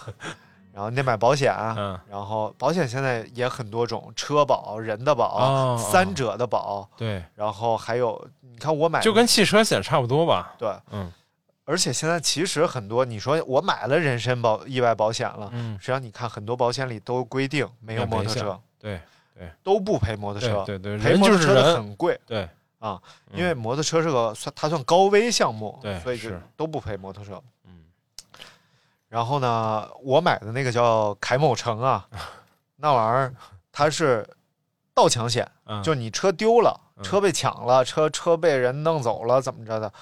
然后你得买保险。啊嗯然后保险现在也很多种，车保、人的保、哦三者的保，对，然后还有，你看我买就跟汽车险差不多吧，对，嗯而且现在其实很多，你说我买了人身保意外保险了，嗯，实际上你看很多保险里都规定没有要赔摩托一车下，对都不赔摩托车，对对对赔人摩托就是车的人很贵，对，嗯因为摩托车是个算它算高危项目，对所以就是都不赔摩托车。嗯然后呢，我买的那个叫凯某城 啊，那玩意儿它是盗抢险，嗯，就你车丢了，嗯车被抢了，车车被人弄走了，怎么着的？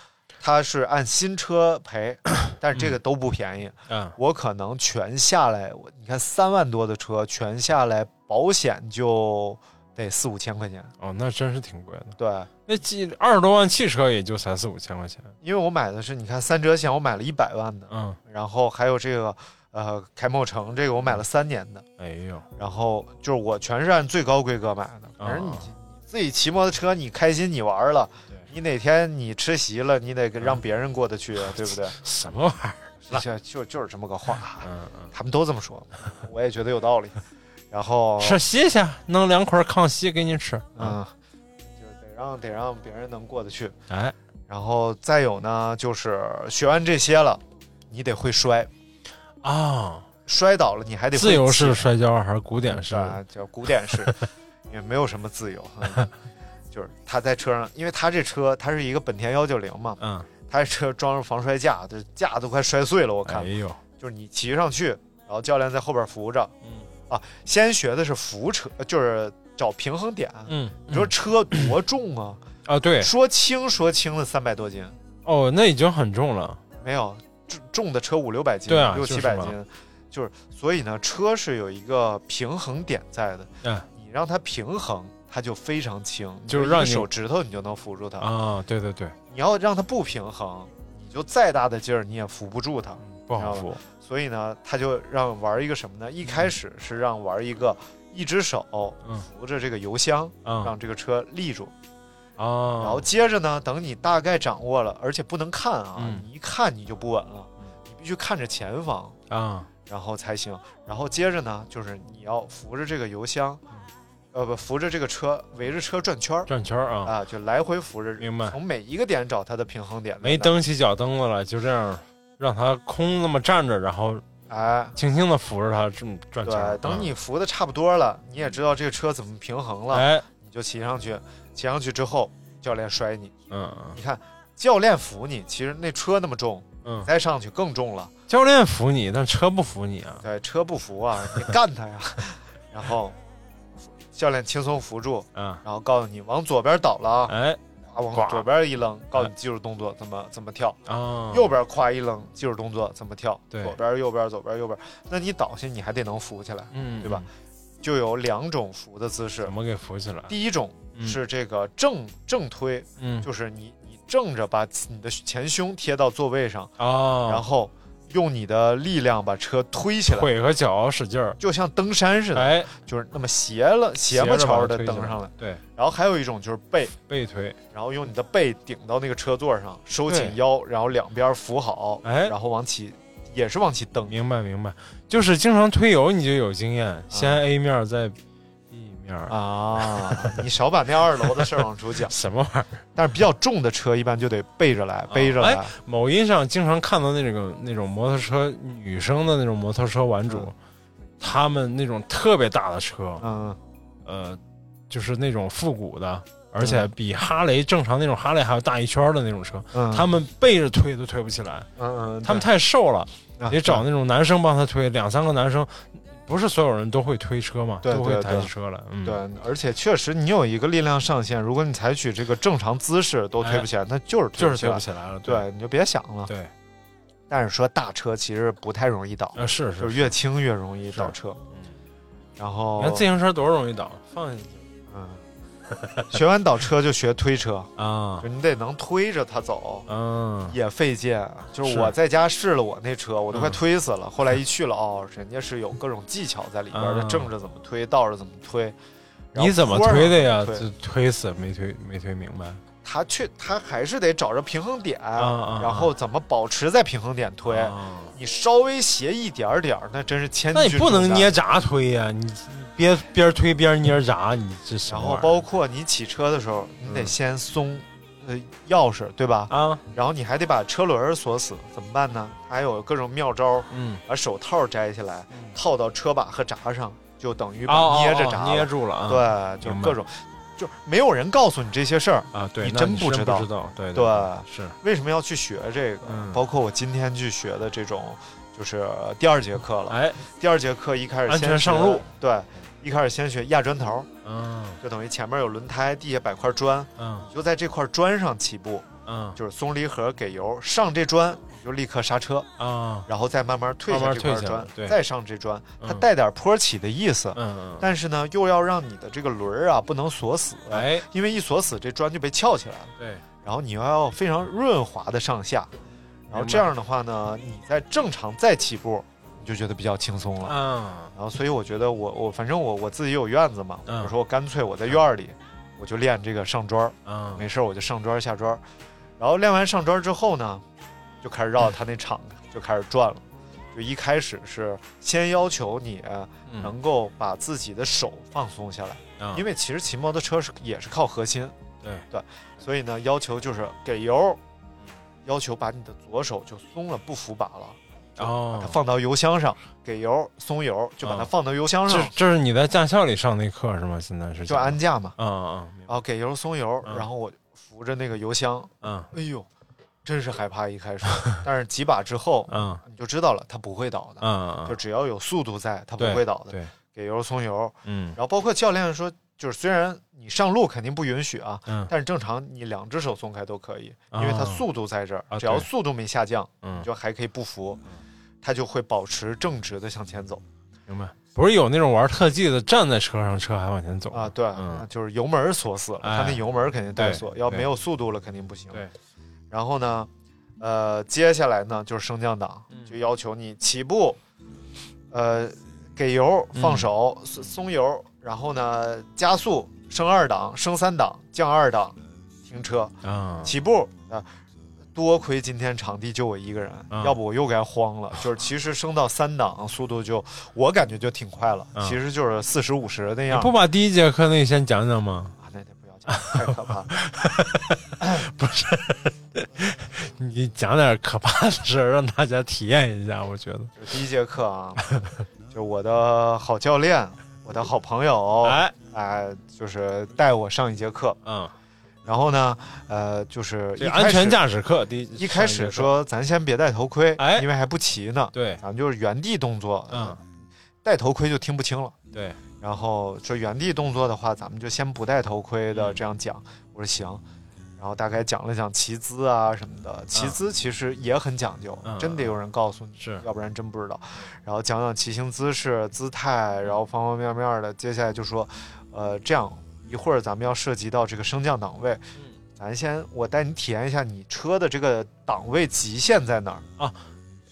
它是按新车 赔，但是这个都不便宜。嗯我可能全下来，我你看三万多的车全下来，保险就得四五千块钱。哦，那真是挺贵的。对，那几二十多万汽车也就三四五千块钱。因为我买的是你看三折险，我买了一百万的，嗯，然后还有这个呃凯茂城，这个我买了三年的，哎呦，然后就是我全是按最高规格买的。反正你、你自己骑摩托车，你开心你玩了对，你哪天你吃席了，你得让别人过得去，对不对？什么玩意儿？就就就是这么个话，嗯嗯，他们都这么说，我也觉得有道理。然 后吃西去，弄两捆康熙给你吃。哦嗯，就是得让得让别人能过得去。哎，然后再有呢，就是学完这些了，你得会摔，啊，摔倒了你还得会自由起式摔跤还是古典式？啊， 叫古典式，也没有什么自由。嗯就是他在车上，因为他这车他是一个本田幺九零嘛，嗯，他这车装上防摔架，这架都快摔碎了，我看哎。呦，就是你骑上去，然后教练在后边扶着。嗯啊，先学的是扶车，就是找平衡点。啊嗯，你说车多重啊？啊，对，说轻说轻的三百多斤，哦，那已经很重了。没有重重的车五六百斤，对啊六就七是百嘛斤，就是所以呢，车是有一个平衡点在的。嗯你让它平衡，它就非常轻，就是你一让个你手指头你就能扶住它。啊，对对对，你要让它不平衡，你就再大的劲儿你也扶不住它。不好扶。所以呢，他就让玩一个什么呢？一开始是让玩一个一只手嗯扶着这个油箱，嗯让这个车立住。然啊后，接着呢，等你大概掌握了，而且不能看啊，嗯你一看你就不稳了，你必须看着前方，啊，然后才行。然后接着呢，就是你要扶着这个油箱，嗯呃不，扶着这个车，围着车转圈儿转圈儿啊，啊，就来回扶着，明白从每一个点找它的平衡点。没，蹬起脚蹬子了，就这样让它空那么站着，然后哎，轻轻的扶着它这么转圈儿。对，等你啊扶的差不多了，你也知道这个车怎么平衡了，哎，你就骑上去，骑上去之后，教练摔你，嗯你看教练扶你，其实那车那么重，嗯你，再上去更重了，教练扶你，但车不扶你啊。对，车不扶啊，你干 他呀，然后教练轻松扶住，啊，然后告诉你往左边倒了啊，哎啊往左边一扔，告诉你技术动作怎么怎么跳，啊，右边夸一扔，技术动作怎么跳，对左边右边左边右边，那你倒下你还得能扶起来，嗯，对吧？就有两种扶的姿势怎，么给扶起来？第一种嗯是这个正正推，嗯就是你你正着把你的前胸贴到座位上，啊，然后用你的力量把车推起来，腿和脚使劲儿，就像登山似的，哎，就是那么斜了斜着么朝把的它推登起上来。，对，然后还有一种就是背，背推，然后用你的背顶到那个车座上，收对紧腰，然后两边扶好，哎然后往起也是往起蹬。明白明白，就是经常推油你就有经验，先 A 面儿再 B 面儿，。啊， 你少把那二楼的事儿往出讲 什么玩意儿？但是比较重的车一般就得背着来，背着哎来。某音上经常看到那种那种摩托车女生的那种摩托车玩啊主，他们那种特别大的车，嗯，呃，就是那种复古的，而且比哈雷正常那种哈雷还要大一圈儿的那种车，嗯他们背着推都推不起来，嗯嗯，他们对太瘦了，啊得找那种男生帮他推，两三个男生，不是所有人都会推车嘛，对都会对抬起对车来，嗯，对，而且确实你有一个力量上限，如果你采取这个正常姿势都推不起来，那就是推哎就是不起推来不。起来了，对对，你就别想了。对，但是说大车其实不太容易倒，呃是，就是嗯是越轻越容易倒车。然后你看自行车多容易倒，放下去嗯，学完倒车就学推车，啊就，你得能推着它走，嗯，也费劲。啊就是是我在家试了我那车，我都快嗯推死了。后来一去了哦，人家是有各种技巧在里边的，嗯正着怎么推，倒着怎么推。然后你怎么坡上推的呀？推就推死没推没推明白他去，他还是得找着平衡点，啊啊然后怎么保持在平衡点推。啊你稍微斜一点儿点儿，那真是千那钧你不能重担捏。闸推呀、你你边边推边捏闸，你这什然么后玩意儿嗯包括你起车的时候，你得先松，呃，钥匙对吧？啊，然后你还得把车轮儿锁死，怎么办呢？还有各种妙招，嗯，把手套摘下来，套到车把和闸上，就等于哦把哦捏着哦闸了、捏住了啊，对，就明白各种，就没有人告诉你这些事儿。啊，对，你那真不不知道知道，对对，是为什么要去学这个？嗯包括我今天去学的这种，就是第二节课了。哎，第二节课一开始安先全上学路，对，一开始先学压砖头，嗯就等于前面有轮胎，地下摆块砖，嗯你就在这块砖上起步，嗯，就是松离合给油，上这砖就立刻刹车，啊，然后再慢慢退下慢慢这块退下砖来，对再上这砖，它嗯带点坡起的意思，嗯嗯，但是呢，又要让你的这个轮儿啊不能锁死，哎，因为一锁死这砖就被翘起来了，对，然后你要非常润滑的上下，然后这样的话呢，你在正常再起步，你就觉得比较轻松了。啊，然后所以我觉得我我反正我我自己有院子嘛，嗯我说我干脆我在院儿里我就练这个上砖儿，啊，没事儿我就上砖儿下砖儿，然后练完上砖儿之后呢，就开始绕他那场子就开始转了。就一开始是先要求你呃嗯能够把自己的手放松下来，啊因为其实骑摩托车是也是靠核心，对对，所以呢要求就是给油，嗯要求把你的左手就松了不扶把了，把它哦，放到油箱上，给油松油，就把它啊放到油箱上，这这是你在驾校里上那课是吗？现在是嗯就安驾嘛，啊啊然后给油松油，嗯然后我扶着那个油箱，啊哎呦，真是害怕一 开始，但是几把之后啊你就知道了，它不会倒的，啊，就只要有速度在，它不对会倒的，对，给油松油，嗯然后包括教练说，就是虽然你上路肯定不允许啊，嗯但是正常你两只手松开都可以，因为它啊速度在这儿，啊只要对速度没下降，你嗯，就还可以不扶，它就会保持正直的向前走明白。不是有那种玩特技的，站在车上，车还往前走啊，对，那嗯，就是油门儿锁死了，它那哎油门儿肯定带对锁，要对没有速度了肯定不行。对，然后呢，呃，接下来呢就是升降档，嗯就要求你起步，呃，给油嗯放手、松松油，然后呢加速升二档、升三档、降二档，停车啊，起步啊。多亏今天场地就我一个人，嗯要不我又该慌了。就是其实升到三档速度就，我感觉就挺快了，嗯其实就是四十五十那你样。不把第一节课那个先讲讲吗？啊，那得不要讲，太可怕了。你讲点可怕的事儿，让大家体验一下，我觉得。就第一节课啊，就我的好教练，我的好朋友，哎、哎，就是带我上一节课。嗯，然后呢，呃，就是一这开安始全驾驶课第一开始，说咱先别戴头盔，哎因为还不齐呢，对咱们就是原地动作，嗯，戴头盔就听不清了。对，然后说原地动作的话，咱们就先不戴头盔嗯的这样讲。我说行，然后大概讲了讲骑姿啊什么的，骑姿其实也很讲究，嗯真得有人告诉你，是要不然真不知道。然后讲讲骑行姿势、姿态，然后方方面面的。接下来就说，呃，这样一会儿咱们要涉及到这个升降档位，嗯咱先我带你体验一下你车的这个档位极限在哪儿。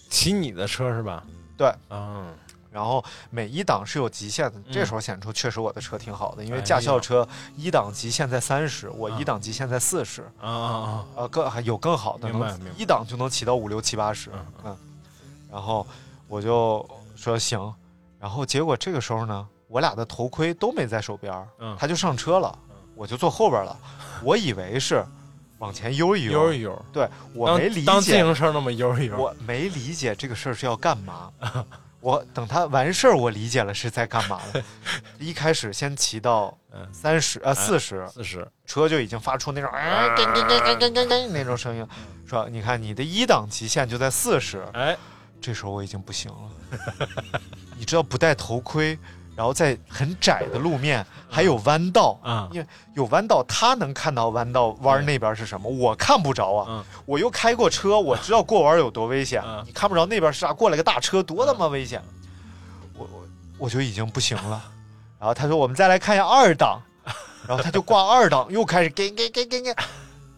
骑你的车是吧？对，嗯，然后每一档是有极限的，这时候显出确实我的车挺好的，因为驾哎嗯校呀车一档极限在三十，我一档极限在四十，啊啊呃，更还有更好的，明白能明白一档就能骑到五六七八十，嗯嗯，然后我就说行，然后结果这个时候呢，我俩的头盔都没在手边儿，嗯他就上车了，我就坐后边了，我以为是往前悠一啊，悠悠，一悠，对我当没理当自解行车那么悠一悠，我没理解这个事儿是要干嘛。我等他完事儿，我理解了是在干嘛了。一开始先骑到嗯三十呃四十，四十，车就已经发出那种啊跟跟跟跟跟跟跟那种声音，说你看你的一档极限就在四十，哎，这时候我已经不行了。你知道不戴头盔，然后在很窄的路面还有弯道嗯因为有弯道，他能看到弯道弯儿那边是什么，我看不着啊。嗯我又开过车，我知道过弯有多危险。嗯你看不着那边是啥，啊过来个大车多他妈危险！啊我我我就已经不行了。然后他说我们再来看一下二档， 然后他就挂二档，又开始给给给给给，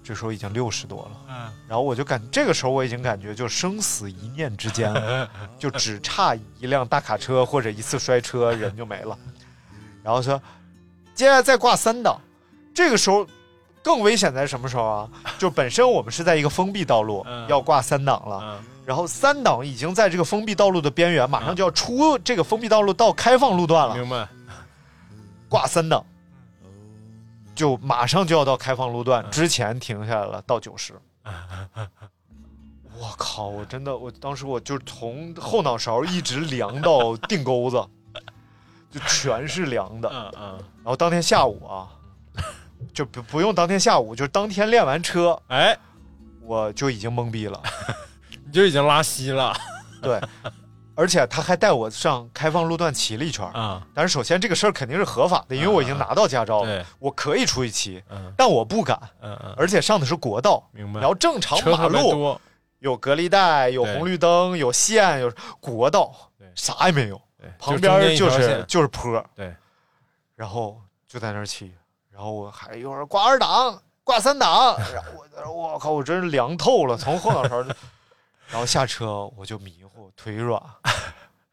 这时候已经六十多了。嗯然后我就感，这个时候我已经感觉就生死一念之间 了，就只差一辆大卡车或者一次摔车，人就没了。然后说，接下来再挂三档，这个时候更危险在什么时候啊？就本身我们是在一个封闭道路，嗯要挂三档了，嗯然后三档已经在这个封闭道路的边缘，马上就要出这个封闭道路到开放路段了，明白，嗯挂三档，就马上就要到开放路段之前停下来了，到九 十。我靠！我真的，我当时我就从后脑勺一直凉到腚沟子， 就全是凉的。嗯嗯，然后当天下午啊，就不不用当天下午，就是当天练完车，哎，我就已经懵逼了。你就已经拉稀了 对，而且他还带我上开放路段骑了一圈儿。啊，但是首先这个事儿肯定是合法的，因为我已经拿到驾照了，对，我可以出去骑。嗯但我不敢，嗯嗯，而且上的是国道，明白然后正常车马特别路多，有隔离带，有对红绿灯，有线，有国道对，啥也没有，对旁就中间边一就条是线就是坡，对，然后就在那儿骑，然后我还一会儿挂二档，挂三 档，然后我我靠，我真是凉透了，从后脑勺就，然后下车我就迷糊，腿软，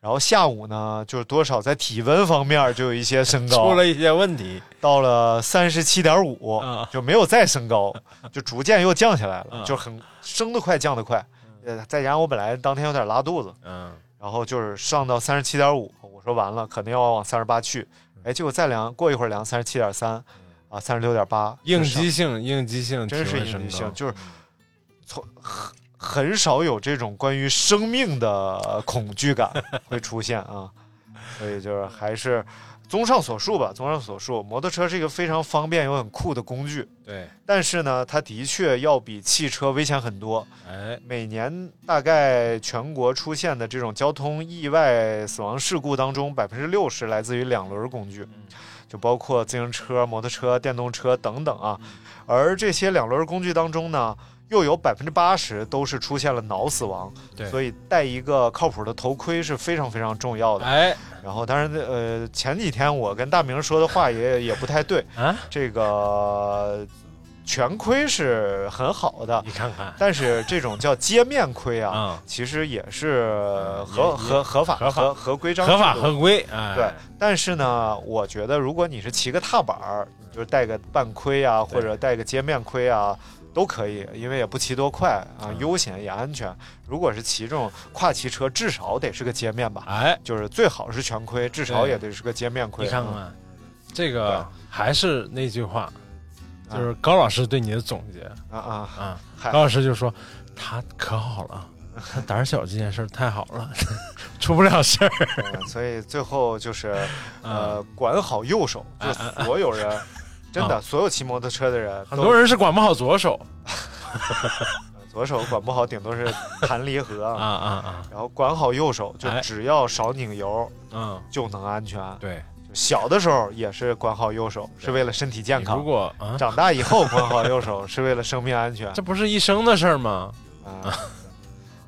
然后下午呢，就是多少在体温方面就有一些升高，出了一些问题，到了三十七点五啊就没有再升高，嗯就逐渐又降下来了，啊就很升的快，降的快。呃，再加上我本来当天有点拉肚子，嗯，然后就是上到三十七点五，我说完了，可能要往三十八去。嗯哎，结果再量过一会儿量三十七点三，啊，三十六点八，应激性应激性真体是温应激升性，高就是从很很少有这种关于生命的恐惧 感会出现啊，所以就是还是综上所述吧。综上所述，摩托车是一个非常方便又很酷的工具，对，但是呢，它的确要比汽车危险很多。哎，每年大概全国出现的这种交通意外死亡事故当中，百分之六十来自于两轮工具，嗯就包括自行车、摩托车、电动车等等嗯啊。而这些两轮工具当中呢，又有百分之八十都是出现了脑死亡，对所以戴一个靠谱的头盔是非常非常重要的。哎然后，当然，呃，前几天我跟大明说的话也也不太对，啊，这个全盔是很好的你，看看，但是这种叫街面盔啊，啊，其实也是合也合合法合法合合规章制合度法合规，哎，对。但是呢，我觉得如果你是骑个踏板儿，你就是带个半盔啊，或者带个街面盔啊。都可以，因为也不骑多快啊，嗯悠闲也安全。如果是骑这种跨骑车，至少得是个街面吧，哎，就是最好是全盔，至少对啊也得是个街面盔。啊你看看，这个还是那句话，啊就是高老师对你的总结啊啊，啊。嗨高老师就说他可好了，他胆儿小这件事儿太好了， 出不了事儿。嗯所以最后就是，呃啊，管好右手，就是所有人，真的，所有骑摩托车的人，哦很多人是管不好左手左手管不好，顶多是弹离合啊啊。啊啊，然后管好右手，就哎只要少拧油嗯，就能安全。对，就小的时候也是管好右手，是为了身体健你康如。果啊，长大以后管好右手是为了生命安全这不是一生的事儿吗？啊，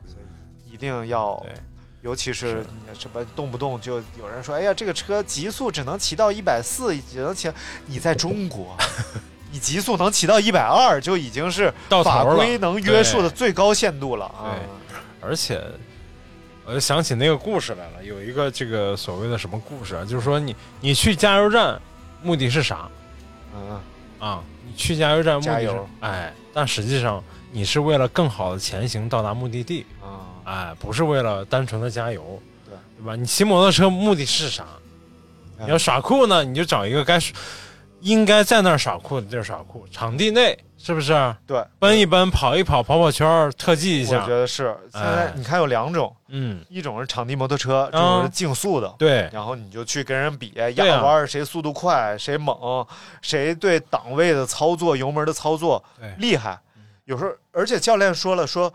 所以一定要对，尤其是你什么动不动就有人说，哎呀，这个车极速只能骑到一百四，只能骑。你在中 国，你极速能骑到一百二，就已经是到法头了规能约束的对最高限度了啊。而且，我就想起那个故事来了，有一个这个所谓的什么故事啊，就是说你你去加油站目的是啥嗯，啊？你去加油站目加的是油哎，但实际上你是为了更好的前行到达目的地，啊，哎，不是为了单纯的加油，对对吧？你骑摩托车目的是啥？嗯你要耍酷呢，你就找一个该耍应该在那儿耍酷的地儿耍酷，场地内是不是？对，奔一奔，跑一跑，跑跑圈儿，特技一我下觉。得是。现在哎你看有两种，嗯，一种是场地摩托车，这种是竞速的。对，然后你就去跟人比压对啊弯儿，谁速度快，谁猛，谁对档位的操作、油门的操作对厉害。有时候，而且教练说了，说，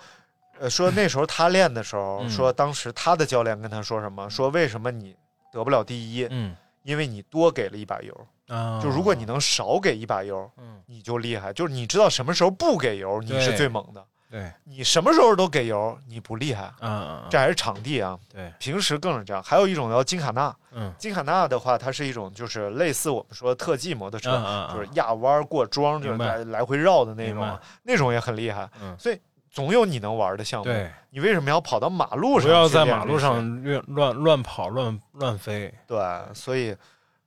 呃，说那时候他练的时候，嗯说当时他的教练跟他说什么？说为什么你得不了第一？嗯因为你多给了一把油。啊，就如果你能少给一把油，嗯你就厉害。就是你知道什么时候不给油，你是对最猛的。对，你什么时候都给油，你不厉害。啊啊，这还是场地啊，对，平时更是这样。还有一种叫金卡纳，嗯金卡纳的话，它是一种就是类似我们说的特技摩托车，嗯嗯嗯就是压弯过桩，就是明白来来回绕的那明种啊白，那种也很厉害。嗯所以总有你能玩的项目。对，你为什么要跑到马路上？不要在马路。上乱乱乱跑乱乱飞，对，所以。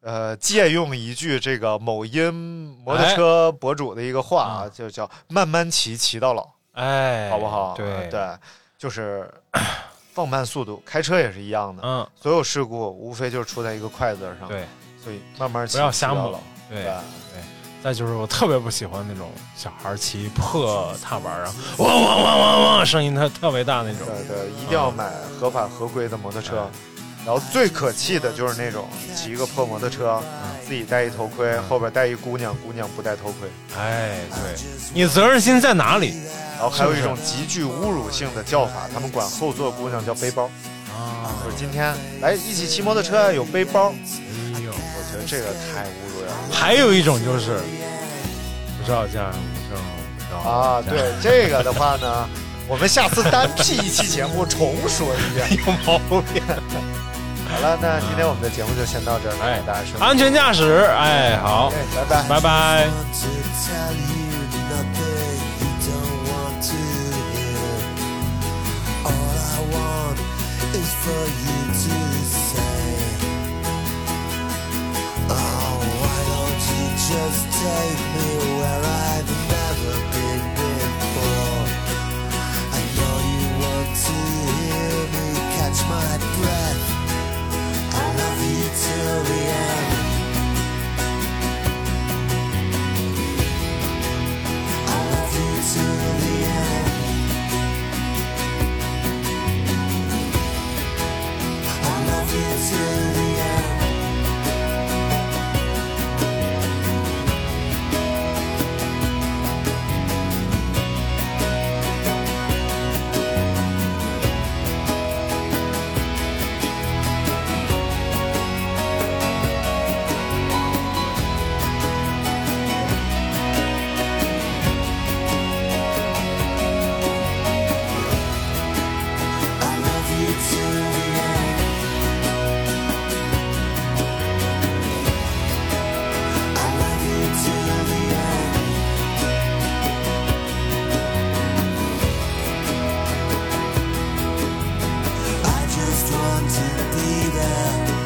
呃，借用一句这个某音摩托车博主的一个话啊，哎嗯就叫“慢慢骑，骑到老”。哎，好不好？对，对，就是放慢速度，开车也是一样的，嗯，所有事故无非就是出在一个快字上。，对所以慢慢骑不要瞎嗯骑到猛老对对。再就是我特别不喜欢那种小孩骑破踏板，然后汪汪汪汪汪，声音特特别大那种。对对，一定要买合法合规的摩托车。嗯然后最可气的就是那种骑一个破摩托车，嗯自己戴一头盔，后边带一姑娘，姑娘不戴头盔。哎，对，你责任心在哪里？然后还有一是不种是极具侮辱性的叫法，他们管后座姑娘叫背包。啊，就是今天来一起骑摩托车啊有背包，哎呦，我觉得这个太侮辱人了。还有一种就是不知道家长不知道不知道啊啊，对这个的话呢，我们下次 单辟一期节目重说一遍。有毛病。 好了，那今天我们的节目就先到这儿了，哎给大家说， 安全驾驶，哎，好，哎，拜拜。拜拜。 to tell you nothing you don't want to hear. All I want is for you to say, Oh, why don't you just take me where I've never been before? I know you want to hear me catch my breath. I love you till the end. I love you till the end. I love you till the end. I love you till the end. I love you till the end. I just want to be there.